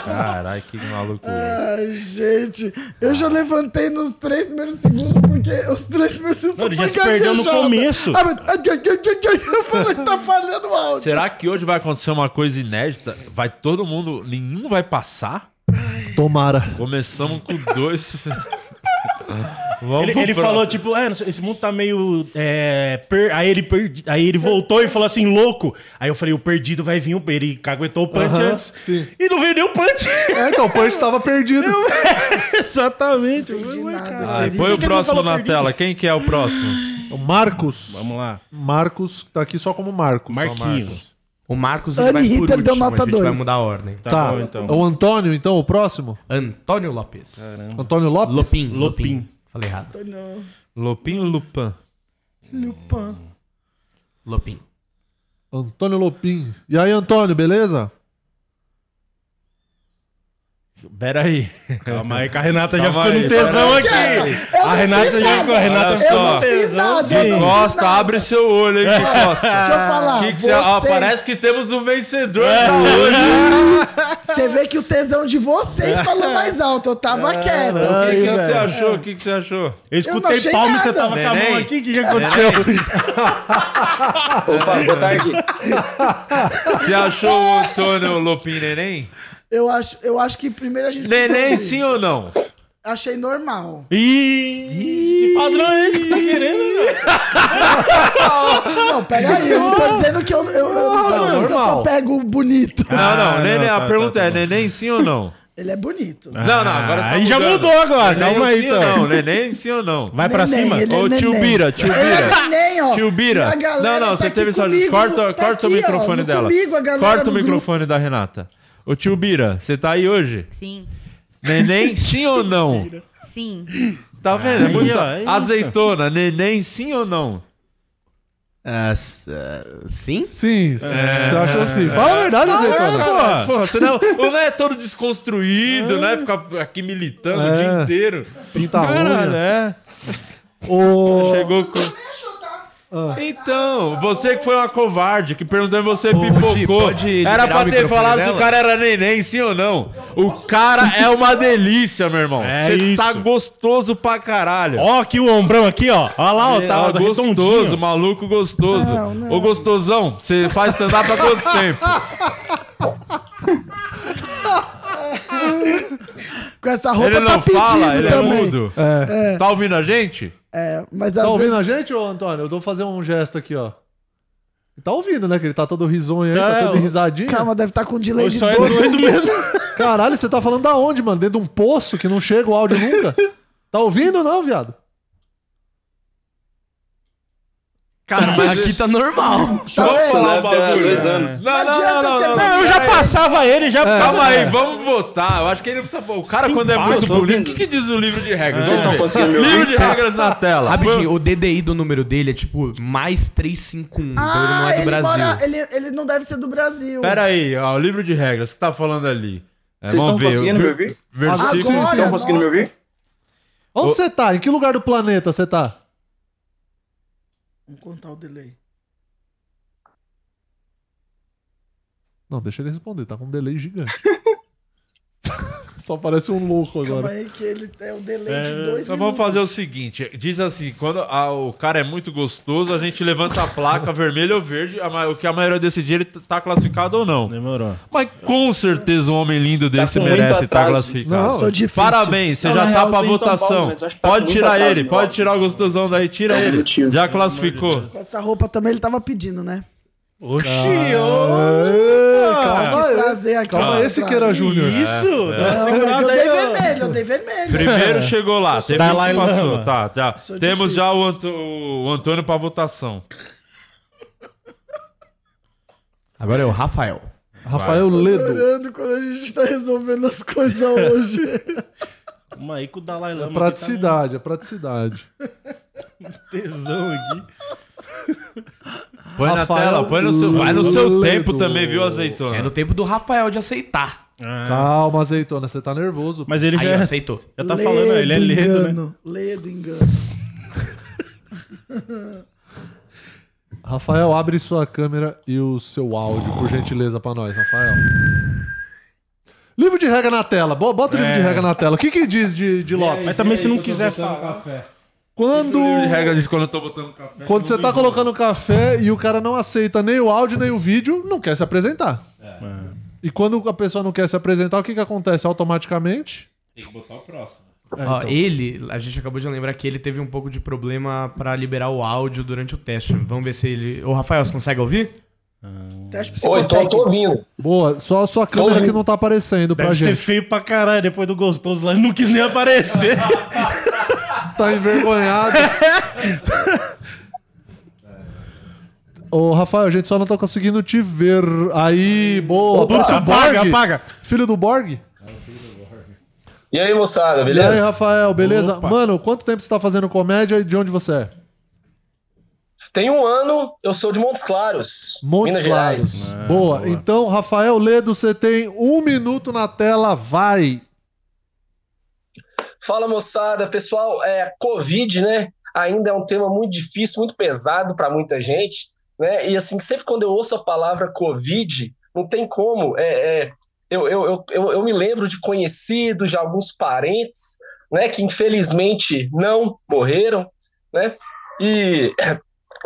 K: Caralho, que maluco.
M: Ai, gente, eu já levantei nos três primeiros segundos, porque os três primeiros segundos
K: Não, ele
M: foi
K: já se perdeu no
M: gaguejada.
K: começo.
M: Ah, mas- ai, ai, ai, ai, ai, Eu falei que tá falhando o áudio.
K: Será que hoje vai acontecer uma coisa inédita? Vai todo mundo. Nenhum vai passar?
L: Tomara.
K: Começamos com dois. Vamos
N: Ele,
K: pro
N: ele
K: próximo.
N: falou, tipo, "É, não sei, esse mundo tá meio. é, per- Aí, ele perdi- aí ele voltou e falou assim, louco. Aí eu falei, o perdido vai vir, o per- ele caguetou o punch
L: Aham,
N: antes. E não veio nem o punch.
L: É, então o punch tava perdido.
N: Exatamente. Ué, cara,
K: Ah,
N: por
K: põe
N: que
K: o
N: que ele
K: próximo
N: falou
K: na
N: perdido?
K: tela. Quem que é o próximo?
L: O Marcos.
N: Vamos lá.
L: Marcos tá aqui só como Marcos.
N: Marquinhos.
Q: O Marcos ele vai por último, a gente vai mudar a ordem.
L: Tá, O Antônio, então, o próximo?
Q: Antônio Lopes.
L: Antônio Lopes?
Q: Lopim. Lopim. Falei errado.
M: Antônio
K: Lopim ou Lupin?
M: Lupin.
Q: Lopim.
L: Antônio Lopim. E aí, Antônio, beleza?
K: Pera aí.
N: Calma aí, que a Renata já
K: Calma
N: ficou
K: aí,
N: no tesão
K: pera
N: aqui.
K: aí.
N: A Renata já ficou. A Renata
K: Olha
N: ficou
K: só.
N: no tesão.
K: De Costa, abre seu olho, hein, de Costa.
M: Deixa eu falar,
K: Que que você- ó,
M: vocês-
K: parece que temos um vencedor
N: É.
K: pra hoje.
M: Tá Você vê que o tesão de vocês falou mais alto. Eu tava
K: É,
M: quieto.
K: O que, que você achou? O que, que você achou?
N: Eu
M: escutei Eu não achei palma e você nada. tava com a mão
N: aqui, o que que aconteceu?
K: Opa, boa tarde. Você achou o Antônio Lopim Neném?
M: Eu acho, eu acho que primeiro a gente.
K: Neném
M: precisa-
K: sim ou não?
M: Achei normal.
N: Ih, que padrão é esse que tá querendo?
M: Não, pega aí. Eu não tô dizendo que eu, eu, eu não tô
K: Não,
M: dizendo que eu só
K: normal.
M: pego o bonito.
K: Não, não, neném,
N: tá, Ah,
K: a pergunta é, neném sim ou não?
M: Ele é bonito.
K: não, não, agora você tá
N: aí já
K: mudando.
N: mudou agora,
K: Neném
N: calma aí,
K: sim
N: então.
K: ou não, neném sim ou não?
N: Vai pra
M: Neném,
N: cima.
M: ele é
K: Ô, tio
M: neném.
K: Bira, tio
M: Ele
K: Bira.
M: é neném, ó.
K: Tio Bira.
M: A galera
K: Não, não,
M: tá
K: você
M: aqui
K: teve só.
M: comigo,
K: Corta,
M: tá aqui,
K: corta o
M: ó,
K: microfone
M: no-
K: dela.
M: comigo, a galera
K: corta
M: no
K: o microfone da Renata. Ô tio Bira, você tá aí hoje?
S: Sim,
K: Neném, sim ou não?
S: sim.
K: Tá vendo? É
N: sim,
K: muito
N: ó, é isso.
K: Azeitona, neném, sim ou não?
Q: sim?
L: Sim, sim.
K: É.
L: Você achou sim? Fala a verdade,
K: Ah,
L: azeitona.
K: é, porra. Porra, você não, ou não é todo desconstruído, né? Ficar aqui militando o dia
L: É.
K: inteiro.
L: Pinta a
K: Caralho,
L: unha.
K: é.
L: O...
K: Chegou com... Então, você que foi uma covarde, que perguntou e você pipocou.
Q: pode
K: era
Q: liberar o
K: pra ter
Q: microfone
K: falado se
Q: dela?
K: o cara era neném, sim ou não. O cara é uma delícia, meu irmão.
N: É
K: Você
N: isso.
K: tá gostoso pra caralho.
N: Ó, aqui o ombrão aqui, ó. Olha lá, ó.
K: É,
N: Tá
K: ó, gostoso,
N: redondinho.
K: maluco gostoso. Ô gostosão, você faz stand-up há quanto tempo?
M: Com essa roupa
K: ele não
M: tá pedindo
K: fala, ele
M: também.
K: é mudo.
M: É.
K: Tá ouvindo a gente?
M: É, mas às
L: Tá ouvindo
M: vezes...
L: a gente, ô Antônio? Eu vou fazer um gesto aqui, ó. Tá ouvindo, né? Que ele tá todo risonho aí,
M: Tá,
L: tá todo
M: eu-
L: risadinho.
M: Calma, deve tá com delay
L: Eu
M: de
L: só é
M: 12
L: doido mesmo. Caralho, você tá falando da onde, mano? Dentro de um poço que não chega o áudio nunca? Tá ouvindo ou não, viado?
Q: Cara, mas aqui tá normal.
K: Posso falar um bagulho?
Q: dois
K: anos. Não, não, não, não, não,
N: Não, eu já passava ele, já.
K: É, Calma aí, vamos votar. Eu acho que ele não precisa. O cara, quando é muito
Q: Simpático.
K: bonito, o que, que diz o livro de regras?
Q: Vocês
K: Vamos
Q: estão
K: ver.
Q: conseguindo me
K: Livro
Q: ouvir?
K: de regras na tela.
Q: Rapidinho, É. Ah, o DDI do número dele é tipo mais 351, então ele não
M: Ah,
Q: é do
M: ele,
Q: Brasil.
M: mora, ele, ele não deve ser do Brasil.
K: Pera aí, ó, o livro de regras, o que tá falando ali? É,
L: Vocês
K: vamos
L: estão
K: ver.
L: conseguindo
K: ver-
L: me ouvir?
K: Versículo.
L: Agora, Vocês estão conseguindo me
K: ouvir? Ô.
L: Onde você tá? Em que lugar do planeta você tá?
M: Vamos contar o delay.
L: Não, deixa ele responder, tá com um delay gigante. Só parece um louco
M: Calma
L: agora.
M: aí que ele é um delay de
K: É,
M: dois
K: então
M: minutos.
K: vamos fazer o seguinte: diz assim, quando a- o cara é muito gostoso, a gente levanta a placa vermelha ou verde, a ma- o que a maioria decidir ele t- tá classificado ou não.
N: Demorou.
K: Mas com certeza um homem lindo desse
N: com muito
K: merece estar
N: atraso.
K: classificado.
N: Não, eu
L: é
N: sou difícil.
K: Parabéns, você
N: Não,
K: já
N: na
K: tá
N: real,
K: pra
N: eu tô em São Paulo,
K: votação.
N: mas eu acho que tá
K: pode
N: com
K: tirar
N: muito atraso,
K: ele,
N: meu
K: pode
N: voto.
K: tirar o gostosão daí, tira ele. Já classificou.
M: Com essa roupa também ele tava pedindo, né?
K: Oxi,
M: Só quis trazer aqui.
L: Calma,
M: pra
L: Ah, esse
M: mostrar.
L: que era Júnior. Isso,
K: É,
M: Não,
K: é.
M: mas eu dei vermelho, eu dei vermelho. Tá
K: Primeiro chegou lá, teve um
N: Dalai
K: que
N: Lama.
K: passou. Tá, já.
M: Sou
K: Temos
M: difícil.
K: já o, Anto- o Antônio pra votação.
Q: Agora é o Rafael.
L: Rafael
M: Tô adorando quando a gente tá resolvendo as coisas hoje.
N: Calma aí que tá o Dalai Lama.
L: É praticidade, é praticidade.
N: aqui tá com tesão aqui.
K: Põe
L: Rafael
K: na tela, põe no seu, vai no seu tempo também, viu, azeitona?
Q: É no tempo do Rafael de aceitar.
K: Ah,
L: Calma, azeitona, você tá nervoso.
N: É. Mas ele
Q: Aí,
N: já tá
Q: aceitou.
N: Já tá falando, ele é ledo, é né?
M: engano, ledo engano.
L: Rafael, abre sua câmera e o seu áudio, por gentileza, pra nós, Rafael. Livro de regra na tela. Bo- Bota o livro
N: É.
L: de regra na tela. O que que diz de, de Lopes?
N: Mas também se não quiser falar.
L: Quando...
K: De regra diz quando eu tô botando café.
L: Quando você tá colocando café e o cara não aceita nem o áudio nem o vídeo, não quer se apresentar.
N: É.
L: E quando a pessoa não quer se apresentar, o que que acontece automaticamente?
K: Tem que botar o próximo.
Q: Ó,
K: então.
Q: Ele, a gente acabou de lembrar que ele teve um pouco de problema pra liberar o áudio durante o teste. Vamos ver se ele. Ô, Rafael, você consegue ouvir?
M: Teste
L: Oi, tô- tô
Q: ouvindo.
L: Boa, só a sua câmera que não tá aparecendo pra
N: Deve ser
L: gente.
N: feio pra caralho. Depois do gostoso lá, ele não quis nem aparecer.
L: tá envergonhado. Ô, Rafael, a gente só não tá conseguindo te ver. Aí, boa.
N: Ô, putz,
L: Putz, o
N: apaga, apaga.
L: Filho do Borg?
S: E aí, moçada,
L: E aí,
S: beleza?
L: Rafael, Tá, beleza?
S: Opa.
L: Mano, quanto tempo você tá fazendo comédia e de onde você é?
S: Tem um ano, eu sou de Montes Claros.
L: Montes
S: Minas
L: Claros. né?
S: Gerais.
L: boa. Então, Rafael Ledo, você tem um minuto na tela, vai.
S: Fala, moçada. Pessoal, é, Covid, né? Ainda é um tema muito difícil, muito pesado para muita gente, né? E assim, sempre quando eu ouço a palavra Covid, não tem como. É, é, eu, eu, eu, eu, eu me lembro de conhecidos, de alguns parentes, né? Que infelizmente não morreram, né? E...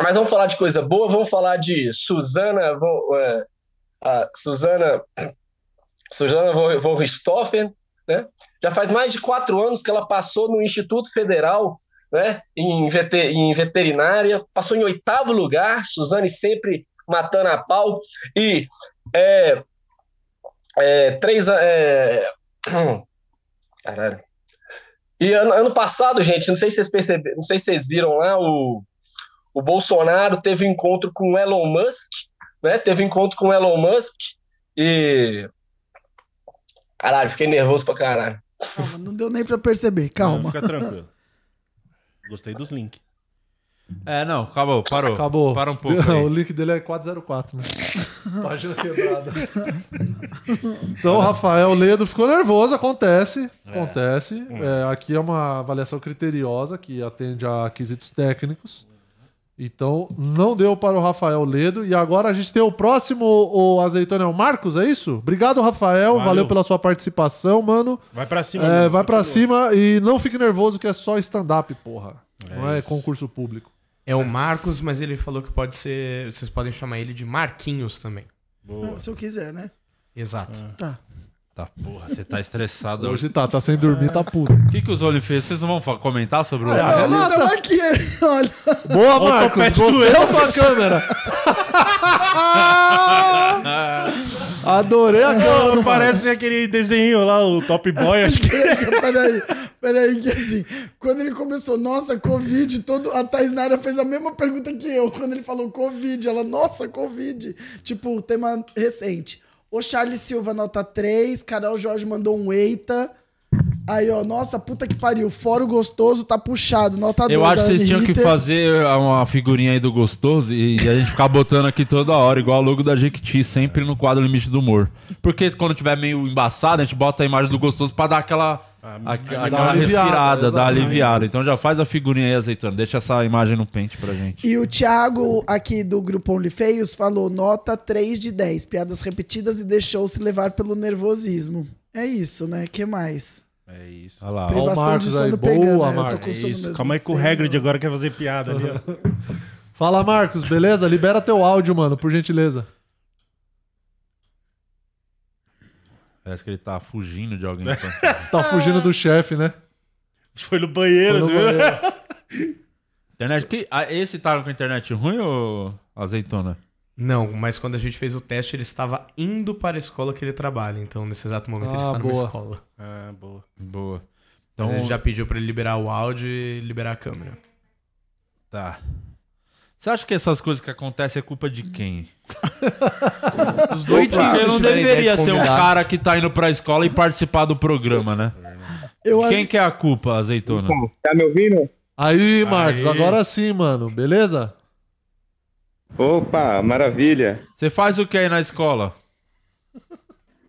S: Mas vamos falar de coisa boa, vamos falar de Suzana... Von- é, a Suzana Suzana von von Richthofen, né? Já faz mais de quatro anos que ela passou no Instituto Federal, né? Em, vete- em veterinária, passou em oitavo lugar. Suzane sempre matando a pau e é, é, três a- é, caralho. E ano, ano passado, gente, não sei se vocês perceberam, não sei se vocês viram lá o o Bolsonaro teve um encontro com o Elon Musk, né? Teve encontro com o Elon Musk e Caralho, fiquei nervoso pra caralho.
M: Calma, não deu nem pra perceber, calma.
N: Fica tranquilo. Gostei dos links.
K: É, não, acabou, parou.
L: Acabou.
K: Para um pouco.
L: Não,
K: aí.
L: o link dele é 404, né? Página quebrada. Então, o Rafael Ledo ficou nervoso, acontece. Acontece.
N: Hum.
L: É, aqui é uma avaliação criteriosa que atende a quesitos técnicos. Então, não deu para o Rafael Ledo. E agora a gente tem o próximo, o azeitona, é o Marcos, é isso? Obrigado, Rafael. Valeu,
N: Valeu.
L: pela sua participação, mano.
N: Vai pra cima,
L: É,
N: mano.
L: vai pra
N: Continua.
L: cima e não fique nervoso que é só stand-up, porra.
Q: É
L: não é
Q: isso.
L: concurso público.
Q: É o Marcos, mas ele falou que pode ser. Vocês podem chamar ele de Marquinhos também.
M: Se eu quiser, né?
Q: Exato.
M: Tá.
K: Tá, porra, você tá estressado Ah.
L: Hoje tá, tá sem dormir, tá puto.
K: O que, que os Olho fez? Vocês não vão fa- comentar sobre o
L: Ah,
K: Olho?
L: não,
M: Olha, tava aqui, olha.
L: Boa, Marcos. Gostei da tua câmera. Ah! Adorei a câmera. do
N: Ah, Parece aquele desenho lá, o Top Boy, acho
L: É,
N: que.
M: peraí, peraí, que assim, quando ele começou, nossa, Covid, todo, a Thais Nara fez a mesma pergunta que eu, quando ele falou Covid, ela, nossa, Covid, tipo, tema recente. O Charles Silva, nota 3, Carol Jorge mandou um eita, aí, ó, nossa, puta que pariu, fórum gostoso, tá puxado, nota 2.
K: Eu acho que vocês
M: Ana
K: tinham que
M: Ritter.
K: fazer é, uma figurinha aí do gostoso e a gente ficar botando aqui toda hora, igual o logo da Jequiti, sempre no quadro Limite do Humor. Porque quando tiver meio embaçado, a gente bota a imagem do gostoso pra dar aquela, a-
N: Ah, dá
K: aquela
N: uma aliviada,
K: respirada, dar
N: exatamente.
K: aliviada. Então já faz a figurinha aí, azeitona. Deixa essa imagem no pente pra gente.
M: E o Thiago, aqui do Grupo Only Feios, falou nota 3 de 10, piadas repetidas e deixou-se levar pelo nervosismo. É isso, né? que mais?
K: É isso. Olha lá, ó.
M: Privação de sono pegando, né? Eu tô com sono mesmo,
N: Calma aí que o
M: sei,
N: Hagrid agora quer fazer piada ali, ó.
L: Fala, Marcos, beleza? Libera teu áudio, mano, por gentileza.
K: Parece que ele tá fugindo de alguém. Ah.
L: Tá fugindo do chefe, né?
N: Foi no banheiro,
L: Foi no
N: você viu?
K: internet, que, ah, esse tava com internet ruim ou azeitona?
Q: Não, mas quando a gente fez o teste, ele estava indo para a escola que ele trabalha. Então, nesse exato momento, ele
K: Ah,
Q: está
K: boa.
Q: numa escola.
N: Ah, boa.
K: Boa.
Q: Então,
K: Então-
Q: a gente já pediu para ele liberar o áudio e liberar a câmera.
K: Tá. Você acha que essas coisas que acontecem é culpa de quem?
Q: Os doidinhos,
K: Porque
Q: se
K: não
Q: tiver
K: deveria
Q: ideia de
K: ter um
Q: convidar.
K: cara que tá indo pra escola e participar do programa, né?
M: Eu
K: quem que é a culpa, azeitona?
L: Tá me ouvindo? Aí, Marcos,
K: Aí.
L: agora sim, mano, beleza?
U: Opa, Ah, maravilha.
K: Você faz o que aí na escola?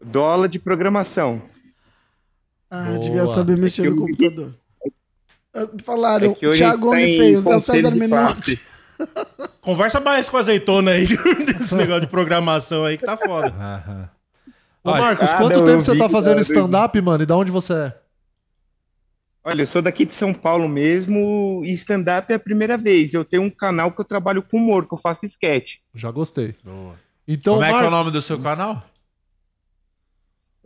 U: Dou aula de programação.
M: Ah, devia saber mexer no computador. Falaram,
N: É que hoje
M: Thiago
N: a gente tá
M: Homem
N: em
M: Feio, é o
N: conselho
M: César
N: de
M: Menotti.
N: Conversa mais com a azeitona aí desse negócio de programação aí que tá foda.
L: Ô, Marcos, quanto tempo você tá fazendo stand-up, mano? E da onde você é?
U: Olha, eu sou daqui de São Paulo mesmo e stand-up é a primeira vez. Eu tenho um canal que eu trabalho com humor, que eu faço sketch.
L: Já gostei.
K: Boa.
L: Então,
K: Como é que é o
L: Mar-
K: nome do seu canal?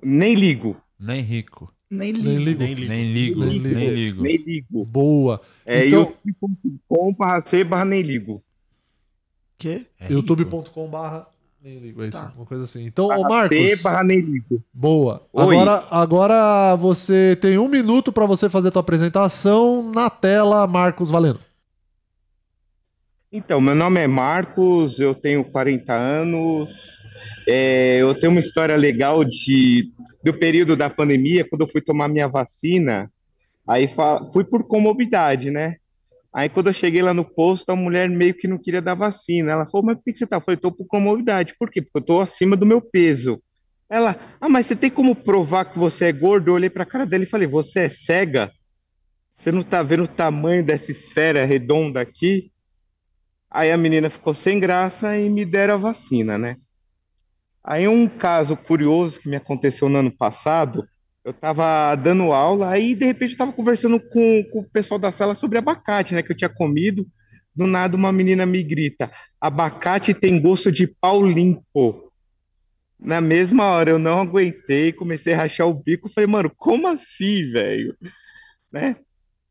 U: Nem ligo.
K: Nem rico.
M: Nem
L: ligo.
K: Nem ligo. Nem
L: Nem
K: ligo. Nem
L: ligo.
K: ligo.
U: Nem ligo.
L: Boa.
U: É
L: Então-
U: youtube.com barra C barra nem ligo.
M: Quê?
L: É, youtube.com barra nem ligo, é isso, uma coisa assim. Então, ô
U: Barra
L: Marcos.
U: C barra nem ligo.
L: Boa.
U: Oi.
L: Agora, agora você tem um minuto pra você fazer a tua apresentação na tela, Marcos Valendo.
U: Então, meu nome é Marcos, eu tenho 40 anos, é, eu tenho uma história legal de, do período da pandemia, quando eu fui tomar minha vacina, aí fa- fui por comorbidade, né? Aí quando eu cheguei lá no posto, a mulher meio que não queria dar vacina. Ela falou, mas por que que você tá? Eu falei, tô por comorbidade. Por quê? Porque eu tô acima do meu peso. Ela, ah, mas você tem como provar que você é gordo? Eu olhei pra cara dela e falei, você é cega? Você não tá vendo o tamanho dessa esfera redonda aqui? Aí a menina ficou sem graça e me deram a vacina, né? Aí um caso curioso que me aconteceu no ano passado, eu tava dando aula, aí de repente eu tava conversando com, com o pessoal da sala sobre abacate, né? Que eu tinha comido. Do nada uma menina me grita: abacate tem gosto de pau limpo. Na mesma hora eu não aguentei, comecei a rachar o bico, falei, mano, como assim, velho? Né?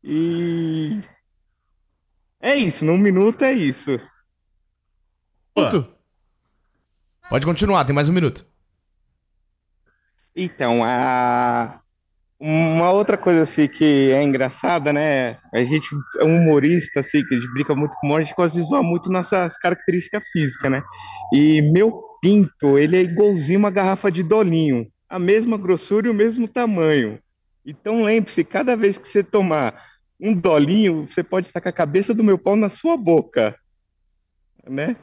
U: E é isso, num minuto é isso.
Q: Pode continuar, tem mais um minuto.
U: Então, a... uma outra coisa assim que é engraçada, né? A gente é um humorista, assim, que a gente brinca muito com humor, a gente gosta de zoar muito nossas características físicas, né? E meu pinto, ele é igualzinho uma garrafa de dolinho, a mesma grossura e o mesmo tamanho. Então lembre-se, cada vez que você tomar um dolinho, você pode estar com a cabeça do meu pau na sua boca, né?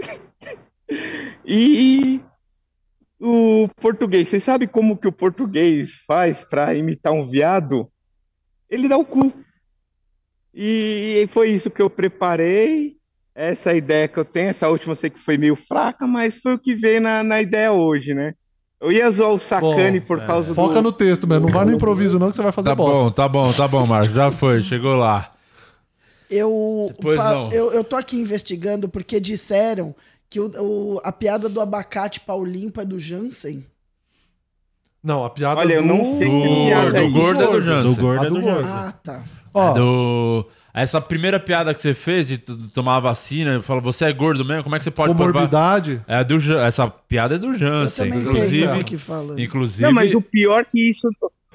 U: E o português, você sabe como que o português faz para imitar um viado? Ele dá o cu. E foi isso que eu preparei. Essa ideia que eu tenho, essa última eu sei que foi meio fraca, mas foi o que veio na, na ideia hoje, né? Eu ia zoar o Sacani
L: é.
U: por causa
L: Foca
U: do.
L: no texto, mano. Não vai no improviso, não, que você vai fazer
K: é. Tá
L: bosta.
K: bom, tá bom, tá bom, Marcos. Já foi, chegou lá.
M: Eu,
K: Pois
M: pa-
K: não.
M: eu, eu tô aqui investigando porque disseram que o, o- a piada do abacate paulimpa é do Jansen.
L: Não, a piada
U: Olha, eu
L: do...
U: não sei que
K: Do,
U: piada é
K: do
U: isso.
K: gordo é do Jansen.
N: Do gordo
K: A
N: é do Jansen.
M: Ah, tá.
K: A É do- Essa primeira piada que você fez de t- tomar a vacina, eu falo, você é gordo mesmo? Como é que você pode provar?"
L: Comorbidade?
K: É do Jan- Essa piada é do Jansen.
M: também entendo
U: né,
K: Inclusive,
M: o que fala.
K: inclusive
U: Não, mas o pior que isso.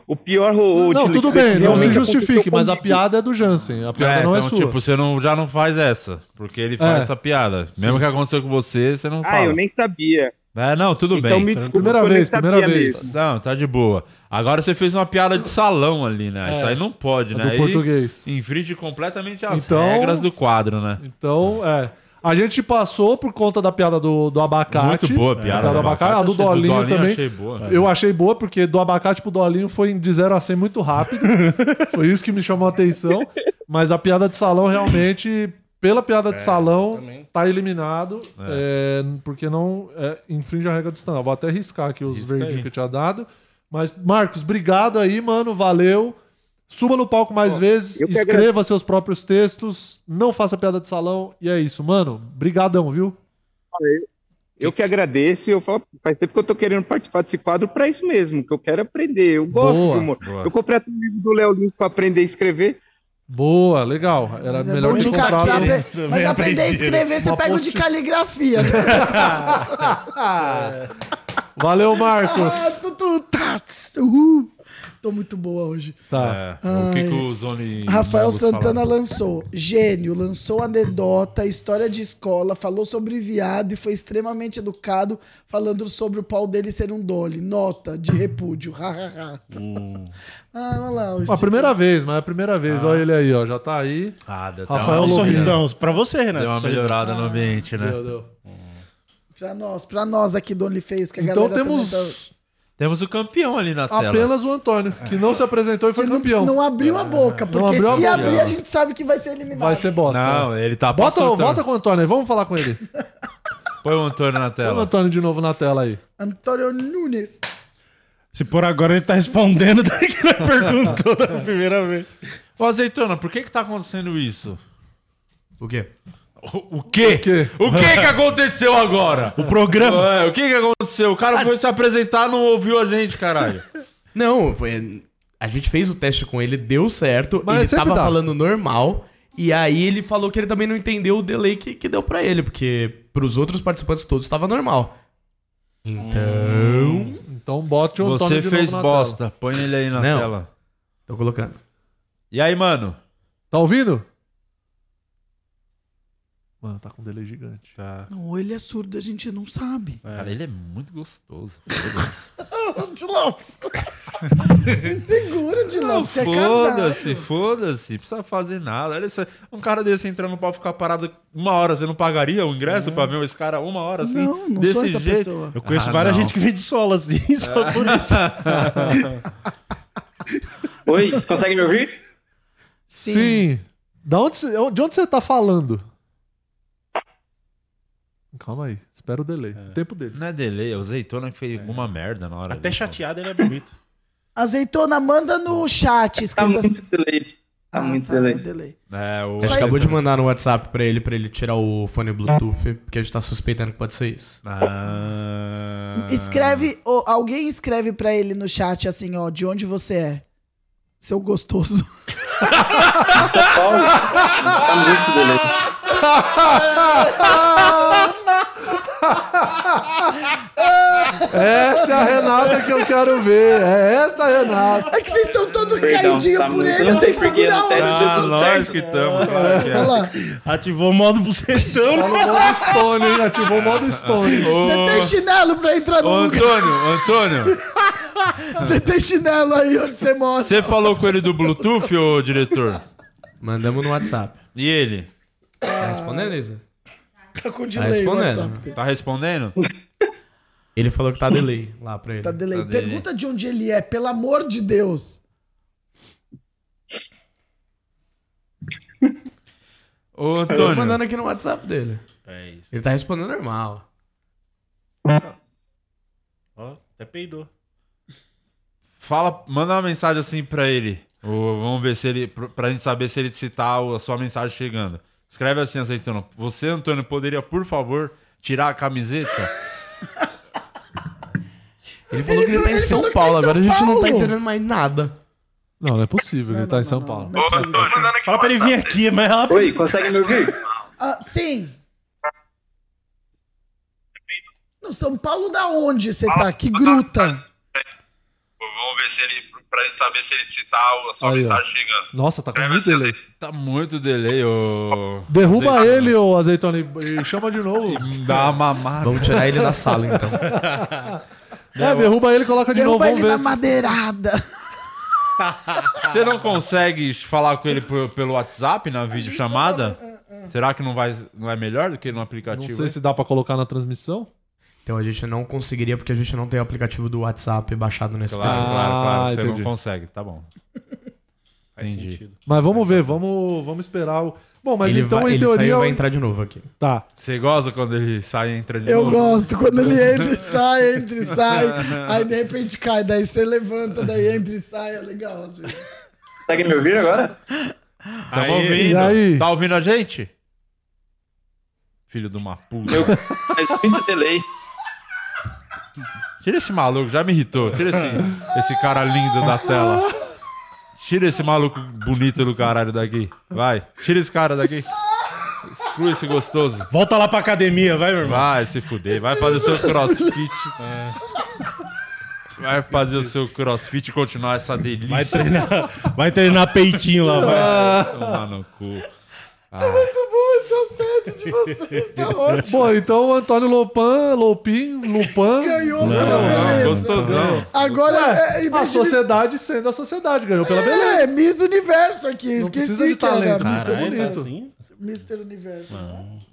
U: O pior. O, o
L: Não,
K: de-
L: tudo bem, não se
K: realmente
L: justifique,
K: aconteceu
L: mas a
K: comigo.
L: piada é do Jansen. A piada
K: É,
L: não é
K: então,
L: sua.
K: tipo, você não, já não faz essa. Porque ele faz
L: É.
K: essa piada.
L: Sim.
K: Mesmo que aconteceu com você, você não
N: Então
K: fala.
U: Ah, eu nem sabia.
K: É, não, tudo
U: Então
K: bem.
U: me
K: Tá-
U: desculpa, Primeira eu nem vez, sabia primeira vez. mesmo.
K: Não, tá de boa. Agora você fez uma piada de salão ali, né?
L: É.
K: Isso aí não pode,
L: É
K: né?
L: do
K: Aí
L: português.
K: Infringe completamente as
L: Então-
K: regras do quadro, né?
L: Então, é. A gente passou por conta da piada do, do abacate. É,
K: Muito boa a piada
L: do
K: do
L: abacate.
K: abacate.
L: A do
K: Achei- do
L: Dolinho,
K: Dolinho
L: também.
K: achei boa.
L: Eu achei boa porque do abacate pro Dolinho foi de 0 a 100 muito rápido. foi isso que me chamou a atenção. Mas a piada de salão realmente, pela piada de salão, tá eliminado. é, porque não é, infringe a regra do stand Vou até riscar aqui os verdinhos
K: aí.
L: que eu tinha dado. Mas, Marcos, obrigado aí, mano. Valeu. Suba no palco mais vezes,
U: eu que agra-
L: escreva seus próprios textos, não faça piada de salão e é isso, mano. Brigadão, viu?
U: Eu que agradeço e eu falo, faz tempo que eu tô querendo participar desse quadro pra isso mesmo, que eu quero aprender. Eu gosto
L: Boa,
U: do humor.
L: boa.
U: Eu comprei até um livro do Léo Lins pra aprender a escrever.
L: Boa, legal. Era
M: Mas é
L: melhor
M: bom
L: ter
M: de ca-
L: comprado.
M: pra apre-
L: Também
M: Mas aprender a
L: aprendi. né?
M: escrever, você
L: Uma
M: pega o
L: post-
M: de caligrafia. né?
L: um. Valeu, Marcos.
M: Ah, tu, tu, tats, uhul. Tô muito boa hoje.
L: Tá.
K: É, o que,
M: Ai.
K: que o Zoni.
M: Rafael
K: Magos
M: Santana
K: falaram?
M: lançou Gênio, lançou anedota, história de escola, falou sobre viado e foi extremamente educado falando sobre o pau dele ser um dole. Nota de repúdio. Ha, ha, ha.
K: Hum.
M: ah, olha lá. o
L: A
M: Steve-
L: primeira vez, mas é a primeira vez. Olha ele aí, ó. Já tá aí.
K: Ah, deu
L: Rafael
K: até uma-
L: Lobinho.
N: Sorrisão, pra você, Renato.
K: Deu uma
N: sorrisão.
K: melhorada no ambiente, né?
L: Meu Deus.
M: Pra nós, pra nós aqui do OnlyFans, que a
L: Então
M: galera também
L: temos
M: tá-
K: Temos o campeão ali na tela.
L: Apenas o Antônio, que não se apresentou e foi campeão.
M: Não abriu a
K: É.
M: boca, porque
L: abriu a
M: se
L: boca.
M: abrir a gente sabe que vai ser eliminado.
L: Vai ser bosta.
K: Não,
L: né?
K: ele tá
L: bota,
K: passando.
L: bota com o Antônio aí, vamos falar com ele.
K: Põe o Antônio na
L: Põe o
K: tela.
L: Antônio de novo na tela aí.
M: Antônio Nunes.
N: Se por agora ele tá respondendo daquela perguntou da primeira vez.
K: Ô, Azeitona, por que que tá acontecendo isso?
Q: O quê?
K: O quê? O quê? que aconteceu agora? O
Q: programa.
K: o que que aconteceu? O cara foi se apresentar, Tá, não ouviu a gente, caralho.
Q: Não, foi. A gente fez o teste com ele, deu certo.
K: Mas
Q: ele
K: sempre
Q: tava
K: dá.
Q: falando normal. E aí ele falou que ele também não entendeu o delay que, que deu pra ele, porque pros outros participantes todos tava normal. Então.
L: Então bote o Antônio
K: Você
L: de novo
K: fez
L: na
K: bosta.
L: tela.
K: Põe ele aí na
Q: Não.
K: tela.
Q: Tô colocando.
K: E aí, mano?
L: Tá ouvindo? Mano, tá com um delay gigante. Tá.
M: Não, ele é surdo, a gente não sabe.
K: Cara, ele é muito gostoso.
M: de Lopes. Se segura, de
K: Não,
M: Lopes. Você é casado.
K: foda-se, foda-se. Não precisa fazer nada. Olha isso. Um cara desse entrando pra ficar parado uma hora. Você não pagaria o ingresso pra ver esse cara uma hora assim?
M: Não, não
K: desse
M: sou essa
K: jeito?
M: pessoa.
N: Eu
K: Ah,
N: conheço várias gente que vende solo assim, só por isso.
D: Oi, vocês conseguem me ouvir?
L: Sim. Da onde cê- de onde você tá falando? Calma aí, espera o delay. O tempo dele.
K: Não é delay, é o Zeitona que fez alguma merda na hora.
M: Até
K: chateado ele é bonito.
M: Azeitona, manda no chat. Escrito assim.
D: Tá muito
M: delay.
K: É, o...
Q: A gente acabou de mandar no WhatsApp pra ele, pra ele tirar o fone Bluetooth, porque a gente tá suspeitando que pode ser isso.
K: Ah.
M: Escreve, ô, alguém escreve pra ele no chat assim, ó, de onde você é. Seu gostoso.
D: Tá muito delay.
L: Essa é a Renata que eu quero ver. É essa a Renata.
M: É que vocês estão todos
D: Perdão, caidinhos tá por muito- ele, eu não sei tem que por que no segurar o- teste deu tudo certo.
K: claro que é. Olha lá.
N: Ativou o modo bucetão.
L: Tá no modo Stone, hein? Ativou o modo Stone.
M: Você tá tem chinelo pra entrar no
K: Ô,
M: lugar.
K: Antônio, Antônio,
M: Você tem chinelo aí onde você mora.
K: você falou com ele do Bluetooth, ô diretor?
Q: Mandamos no WhatsApp.
K: E ele?
Q: Tá respondendo, Isa?
M: Tá com
Q: Tá respondendo.
K: Tá respondendo?
Q: Ele falou que tá delay lá pra ele.
M: Tá delay. Pergunta de onde ele é, pelo amor de Deus.
K: Ô,
Q: Eu tô
K: Antônio.
Q: mandando aqui no WhatsApp dele.
N: É isso.
Q: Ele tá respondendo normal.
N: Ó, até peidou.
K: Fala, manda uma mensagem assim pra ele. Ou vamos ver se ele. pro- Pra gente saber se ele citar o- a sua mensagem chegando. Escreve assim, azeitona. Você, Antônio, poderia, por favor, tirar a camiseta?
Q: Ele falou que ele tá em São
M: falou que tá em
Q: Paulo, agora a
M: São
Q: gente não tá
M: Paulo.
Q: entendendo mais nada.
L: Não, não é possível, ele tá em São Paulo.
N: Fala pra ele vir aqui, mas ela.
D: Oi, conseguem me ouvir?
M: Ah, sim. No São Paulo da onde você tá? Que gruta.
K: Vamos ver se ele. Pra gente saber se ele citar a
L: sua Aí, ó. mensagem
K: chegando.
L: Nossa, tá com
Q: É,
L: muito delay.
K: Tá muito delay, ô.
L: Derruba
K: Azeitona.
L: ele, ô azeitona, e e chama de novo.
K: Dá uma mamada.
Q: Vamos tirar ele da sala, então.
L: É, derruba ele e coloca de
M: Derruba
L: novo,
M: ele na
L: vamos ver.
M: madeirada.
K: Você não consegue falar com ele por- pelo WhatsApp na videochamada?
L: então,
K: Será que não, vai, não é melhor do que no aplicativo?
L: é,
K: é?
L: Não sei se dá pra colocar na transmissão.
Q: Então a gente não conseguiria porque a gente não tem o aplicativo do WhatsApp baixado nesse
K: Claro,
Q: PC.
K: claro, claro.
L: Ah,
K: Você
L: entendi.
K: não consegue, tá bom. Entendi.
L: Mas vamos ver, vamos, vamos esperar o. Bom, mas
Q: Ele
L: então,
Q: vai-
L: em
Q: ele
L: teoria.
Q: saiu,
L: o-
Q: vai entrar de novo aqui.
L: Tá.
K: Você gosta quando ele sai e entra de
M: Eu
K: novo?
M: gosto quando ele entra e sai, entra e sai. Aí de repente cai, daí você levanta, daí entra e sai. É legal às vezes.
D: Conseguem me ouvir agora?
K: Tá
D: Aí,
K: ouvindo?
D: e aí?
K: Tá ouvindo a gente? Filho de uma puta.
D: Mas muito delay.
K: Tira esse maluco, já me irritou. Tira esse, esse cara lindo da tela. Tira esse maluco bonito do caralho daqui. Vai, tira esse cara daqui. Exclui esse gostoso.
N: Volta lá pra academia, vai, meu irmão.
K: Vai se fuder, vai fazer seu crossfit. Vai fazer o seu crossfit e continuar essa delícia.
N: Vai treinar, vai treinar peitinho lá,
K: Ah,
N: vai.
K: Tomar no cu. Ah,
M: Muito Tá bom esse assédio de vocês, tá ótimo.
L: Bom, então o Antônio Lopan, Lopin, Lupan.
M: Ganhou
L: Não,
M: pela
L: não,
M: beleza.
L: gostosão.
M: Agora, é, em
L: Ué,
M: vez
L: a
M: de-
L: sociedade sendo a sociedade, ganhou pela beleza.
M: É, Miss Universo aqui.
L: precisa de
M: Esqueci que era
L: talento,
M: Mr.
L: caralho, tá
M: Universo.
L: assim?
M: Ah. Mr. Universo.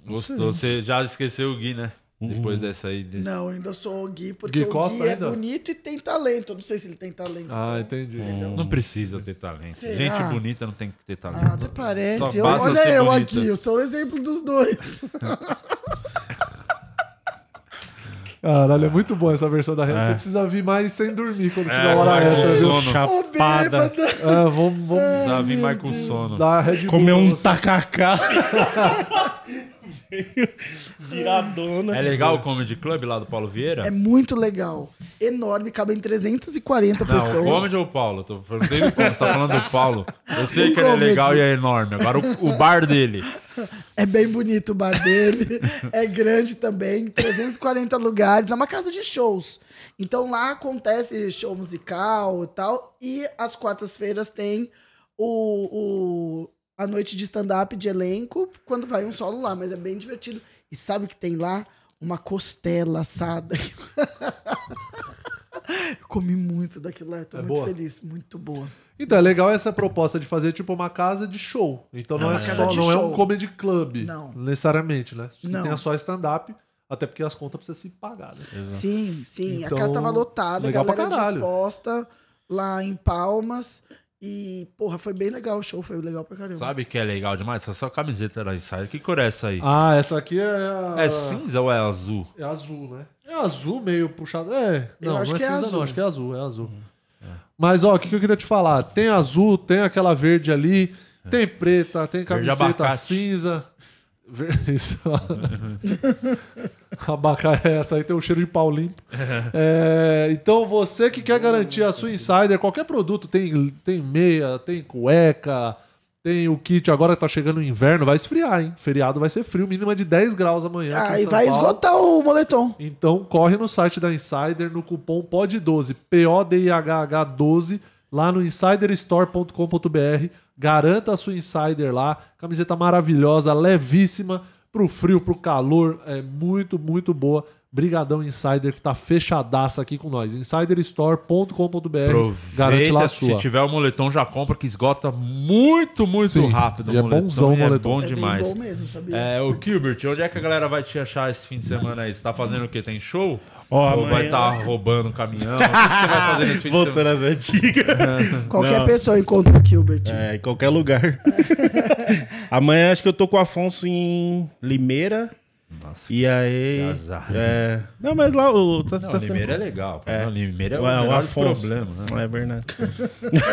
K: Gostou, você já esqueceu o Gui, né? Depois dessa aí. desse-
M: Não, eu ainda sou o Gui, porque
K: Gui
M: o
K: Costa
M: Gui
K: ainda?
M: é bonito e tem talento. Eu não sei se ele tem talento. né? Então,
K: Ah, entendi. Não precisa ter talento.
M: Será?
K: Gente bonita não tem que ter talento. Ah, até
M: Parece. Eu- olha eu aqui, eu sou o exemplo dos dois.
L: Caralho, é muito bom essa versão da Rihanna.
K: É.
L: Você precisa vir mais sem dormir quando
K: É,
L: tiver hora
K: vai com
L: extra. viu?
K: sono. Chapada. Ô, bêbada.
L: É, vamos, vamos
K: Dá vir mais com sono.
L: dar Red
N: Comer um
L: tacacá.
N: Viradona.
K: É legal o Comedy Club lá do Paulo Vieira?
M: É muito legal. Enorme, cabem 340
K: Não,
M: pessoas.
K: o Comedy ou o Paulo? Tô perguntando como, você tá falando do Paulo. Eu sei
M: O
K: que ele é
M: Um Comedy.
K: legal e é enorme. Agora o, o bar dele.
M: É bem bonito o bar dele, é grande também, 340 lugares, é uma casa de shows. Então lá acontece show musical e tal, e às quartas-feiras tem o, o- a noite de stand-up de elenco, quando vai um solo lá, mas é bem divertido. E sabe o que tem lá? Uma costela assada. Eu comi muito daquilo lá, eu tô
L: É
M: muito
L: boa?
M: feliz, muito boa.
L: Então, é legal essa proposta de fazer tipo uma casa de show. Então não,
M: Uma
L: é,
M: casa
L: só,
M: de
L: não é um
M: show.
L: comedy club.
M: Não.
L: Necessariamente, né? Que
M: Não.
L: Tenha só stand-up, até porque as contas precisam se pagar, né?
M: Sim, sim.
L: Então,
M: a casa tava lotada, a
L: legal pra
M: galera é
L: caralho.
M: disposta lá em Palmas. E, porra, foi bem legal o show, foi legal pra caramba.
K: Sabe o que é legal demais? Essa sua camiseta da Insider. Que cor é essa aí?
L: Ah, essa aqui é. a-
K: É cinza ou é azul?
L: É azul, né? É azul meio puxado. É,
M: Eu
L: não,
M: acho
L: não é
M: que é
L: cinza,
M: azul.
L: não. Acho que é azul, é azul.
K: Hum.
L: Mas, ó, o que, que eu queria te falar? Tem azul, tem aquela verde ali, tem preta, tem camiseta
K: abacate.
L: cinza. Ver- Isso. Abacate, é essa aí tem um cheiro de pau limpo. É, então, você que quer garantir a sua insider, qualquer produto, tem, tem meia, tem cueca, tem o kit. Agora que tá chegando o inverno, vai esfriar, hein? Feriado vai ser frio, mínima de 10 graus amanhã. aqui
M: Ah,
L: em
M: e
L: São
M: vai
L: Paulo.
M: esgotar o moletom.
L: Então corre no site da Insider no cupom POD12, P-O-D-I-H-H-12, lá no insiderstore.com.br. Garanta a sua Insider lá. Camiseta maravilhosa, levíssima, pro frio, pro calor. É muito, muito boa. Brigadão Insider que tá fechadaça aqui com nós. insiderstore.com.br. Garante lá a
K: Aproveita,
L: sua.
K: se tiver o moletom, já compra, que esgota muito, muito
L: Sim,
K: rápido.
L: e é bonzão o
K: e
L: moletom.
K: É bom
L: É bem
K: demais.
L: bom mesmo, sabia?
K: É, o Gilbert, onde é que a galera vai te achar esse fim de semana aí? Você tá fazendo o quê? Tem show? Ou
N: amanhã-
K: vai estar roubando caminhão? O que você vai fazer nesse fim
N: Voltando
K: de
N: às
K: semana?
N: antigas.
M: Qualquer
N: Não.
M: pessoa encontra o Gilbert.
N: É, em qualquer lugar. Amanhã acho que eu tô com o Afonso em Limeira. Nossa, e aí.
K: que azar.
N: É. Não, mas lá o. Tá,
K: Não,
N: tá
K: Limeira é legal, pô. Não, Limeira é o menor dos problemas, né?
N: É verdade.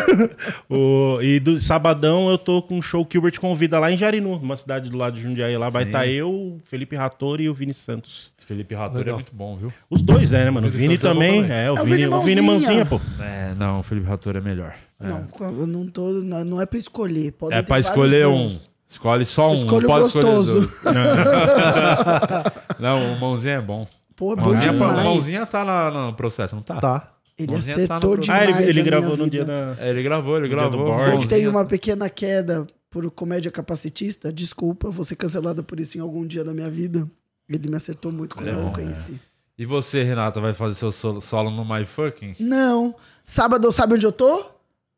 N: O- e do sabadão eu tô com um show que o Gilbert convida lá em Jarinu, uma cidade do lado de Jundiaí. Lá vai
K: Sim.
N: estar eu, o Felipe Rattori e o Vini Santos.
K: Felipe Rattori é muito bom, viu?
N: Os dois é, né, mano? O
K: Vini
N: Vini
K: Santos é bom
N: também.
K: também.
N: É, o,
K: É o
N: Vini,
K: Vini
N: o Vini
K: Mãozinha.
N: Mancinha, pô.
K: É, não, o Felipe Rattori é melhor.
M: Não, eu não tô. Não não é pra escolher. Podem
K: É
M: ter
K: pra
M: vários
K: escolher um.
M: bons.
K: Escolhe só um.
M: Escolhe
K: não
M: o
K: pode escolher
M: gostoso.
K: dois. não, o mãozinho é bom.
M: Pô, é bom
K: mãozinha,
M: demais.
K: mãozinha tá na- no processo, não tá?
L: Tá.
M: Ele
K: Mãozinha
M: acertou
K: no
M: demais
K: processo.
M: Ah, ele- ele a gravou minha no vida. dia
N: da.
K: É, ele gravou, ele
N: no
L: Tá
N: dia do
K: gravou.
N: bordo.
M: Eu que
K: Mãozinha.
M: tenho uma pequena queda por comédia capacitista, desculpa, vou ser cancelada por isso em algum dia da minha vida. Ele me acertou muito quando
K: Ele é
M: eu
K: bom,
M: o conheci.
K: E você, Renata, vai fazer seu solo, solo no My Fucking?
M: Não. Sábado, sabe onde eu tô?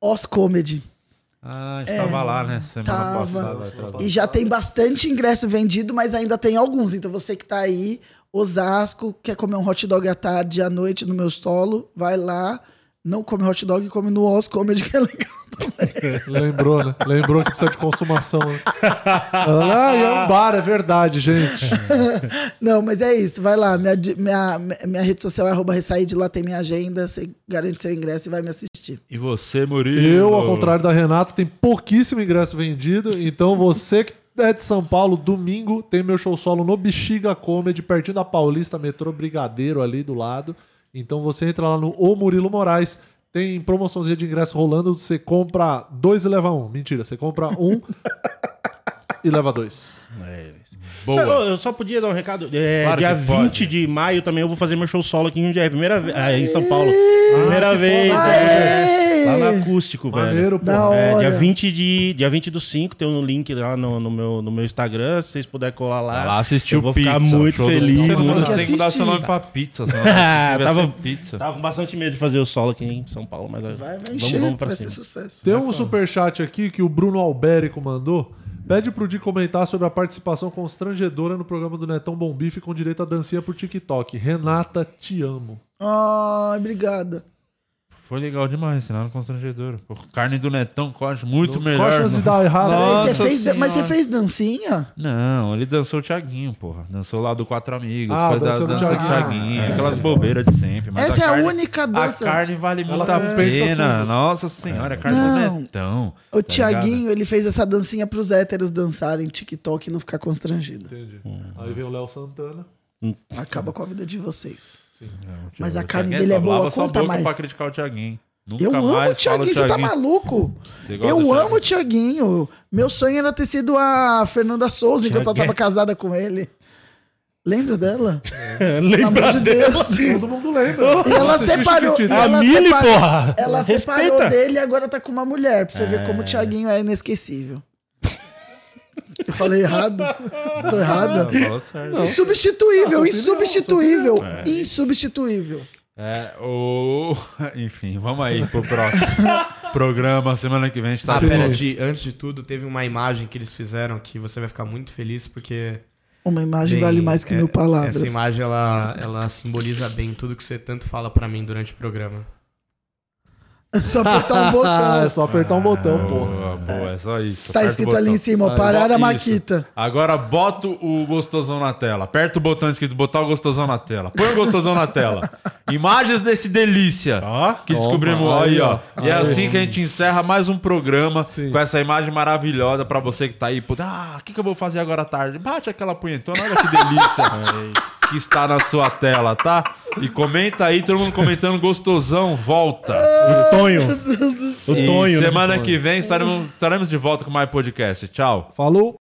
M: Os Comedy.
K: Ah, a gente tava lá, né? Semana
M: tava.
K: passada. né? atrasada.
M: E já tem bastante ingresso vendido, mas ainda tem alguns. Então você que tá aí, Osasco, quer comer um hot dog à tarde, à noite no meu solo, vai lá. Não come hot dog, come no Os Comedy, que é legal.
L: Lembrou, né? Lembrou que precisa de consumação. Né? Ah, e é um bar, é verdade, gente.
M: Não, mas é isso. Vai lá. Minha, di- minha, minha rede social é arroba ressaíde, lá tem minha agenda. Você garante seu ingresso e vai me assistir.
K: E você, Murilo?
L: Eu, ao contrário da Renata, tem pouquíssimo ingresso vendido. Então, você que é de São Paulo, domingo tem meu show solo no Bexiga Comedy, pertinho da Paulista, metrô Brigadeiro ali do lado. Então, você entra lá no O Murilo Moraes. Tem promoçãozinha de ingresso rolando. Você compra dois e leva um. Mentira, você compra um e leva dois.
N: Cara, Eu, eu só podia dar um recado. É,
L: Claro
N: dia
L: que pode.
N: 20 de maio também eu vou fazer meu show solo aqui em Jundiaí. Primeira vez. Ah, em São Paulo. primeira
L: que
N: vez.
L: foda.
N: é.
L: Aê!
N: Lá no acústico,
L: Maneiro,
K: né?
N: velho.
L: pô. Da
N: É, dia
L: hora.
N: 20 de dia 20 do 5 tem um link lá no, no meu, no meu Instagram. Se vocês puderem colar lá.
K: Vai lá assistir
N: eu
K: o
N: vou
K: Pizza.
N: ficar muito
K: show do-
N: feliz.
K: Você não
N: muito-
K: tem que mudar seu nome pra Pizza. senão vai ser
N: tava,
K: pizza.
N: tava com bastante medo de fazer o solo aqui em São Paulo, mas
M: Vai, vai
N: vamos,
M: encher,
N: vamos pra
M: vai
N: cima.
M: ser sucesso.
L: Tem um superchat aqui que o Bruno Albérico mandou. Pede pro Di comentar sobre a participação constrangedora no programa do Netão Bom Bife com direito a dancinha por TikTok. Renata, te amo.
M: Ai, obrigada.
K: Foi legal demais, senão era constrangedor. Pô, carne do Netão, corte muito
L: Qual a
K: melhor.
L: chance de
K: mano.
L: dar errado?
M: Peraí,
K: Nossa
M: você fez,
K: senhora.
M: mas você fez dancinha?
K: Não, ele dançou o Thiaguinho, porra. Dançou lá do Quatro Amigos.
L: Ah,
K: foi da
L: dançou do
K: dança do
L: Thiaguinho.
K: Thiaguinho.
L: Ah,
K: aquelas
L: essa-
K: bobeiras de sempre. Mas
M: Essa
K: a
M: é a
K: carne-
M: única dança.
K: A carne vale
M: Ela
K: muito a
M: compensa
K: pena.
M: tudo.
K: Nossa senhora, a carne
M: Não.
K: do Netão.
M: O
K: tá
M: Tiaguinho, ele fez essa dancinha pros héteros dançarem TikTok e não ficar constrangido.
L: Entendi. Aí vem o Léo Santana.
M: Acaba com a vida de vocês.
L: um
K: ligado?
M: Mas a
K: O
M: carne
K: Thiaguinho
M: dele é
K: tá- lava
M: boa,
K: sua
M: conta
K: boca
M: mais.
K: pra criticar o Thiaguinho. Nunca
M: Eu amo
K: mais
M: o Tiaguinho, você
K: fala
M: tá
K: o Thiaguinho.
M: maluco?
K: Você gosta do
M: Eu
K: Thiaguinho?
M: amo o Tiaguinho. Meu sonho era ter sido a Fernanda Souza enquanto eu tava
L: Thiaguete.
M: casada com ele. Lembra dela?
N: Lembra
M: Pelo amor de
N: dela?
M: Deus.
L: Todo mundo lembra. é
M: E ela
L: Assiste
M: separou.
L: Tititi.
M: e ela
N: A Mili,
M: separou-
N: porra.
M: Ela separou
N: Respeita.
M: dele e agora tá com uma mulher. Pra você ver
N: É.
M: como o Tiaguinho é inesquecível. Eu falei errado? Tô errada?
K: Não, falou certo.
M: Insubstituível,
K: Não,
M: insubstituível,
K: sua opinião. É.
M: insubstituível.
K: É, o. Enfim, vamos aí pro próximo programa. Semana que vem a gente tá
Q: Ah,
K: de
Q: pera,
K: volta.
Q: Di, antes de tudo, teve uma imagem que eles fizeram que você vai ficar muito feliz porque. é,
M: Uma imagem vale mais que mil palavras.
Q: Essa imagem ela, ela simboliza bem tudo que você tanto fala pra mim durante o programa.
M: É só apertar um botão.
L: É só apertar um botão, pô.
K: Boa, boa, é só isso.
M: Tá
K: Aperta o
M: escrito
K: botão.
M: ali em cima, ó,
K: Ah,
M: parar
K: bota
M: a
K: isso.
M: maquita.
K: Agora bota o gostosão na tela. Aperta o botão escrito botar o gostosão na tela. Põe o gostosão na tela. Imagens desse delícia que
L: toma.
K: descobrimos aí, ó. E é
L: Aí.
K: assim que a gente encerra mais um programa com essa imagem maravilhosa pra você que tá aí. puta, ah, o que, que eu vou fazer agora à tarde? Bate aquela punhetona, olha que delícia que está na sua tela, tá? E comenta aí, todo mundo comentando gostosão, volta.
N: O Tonho.
M: Deus do
N: O
K: E
N: Tonho. né?
K: Semana que vem estaremos, estaremos de volta com mais podcast. Tchau.
L: Falou.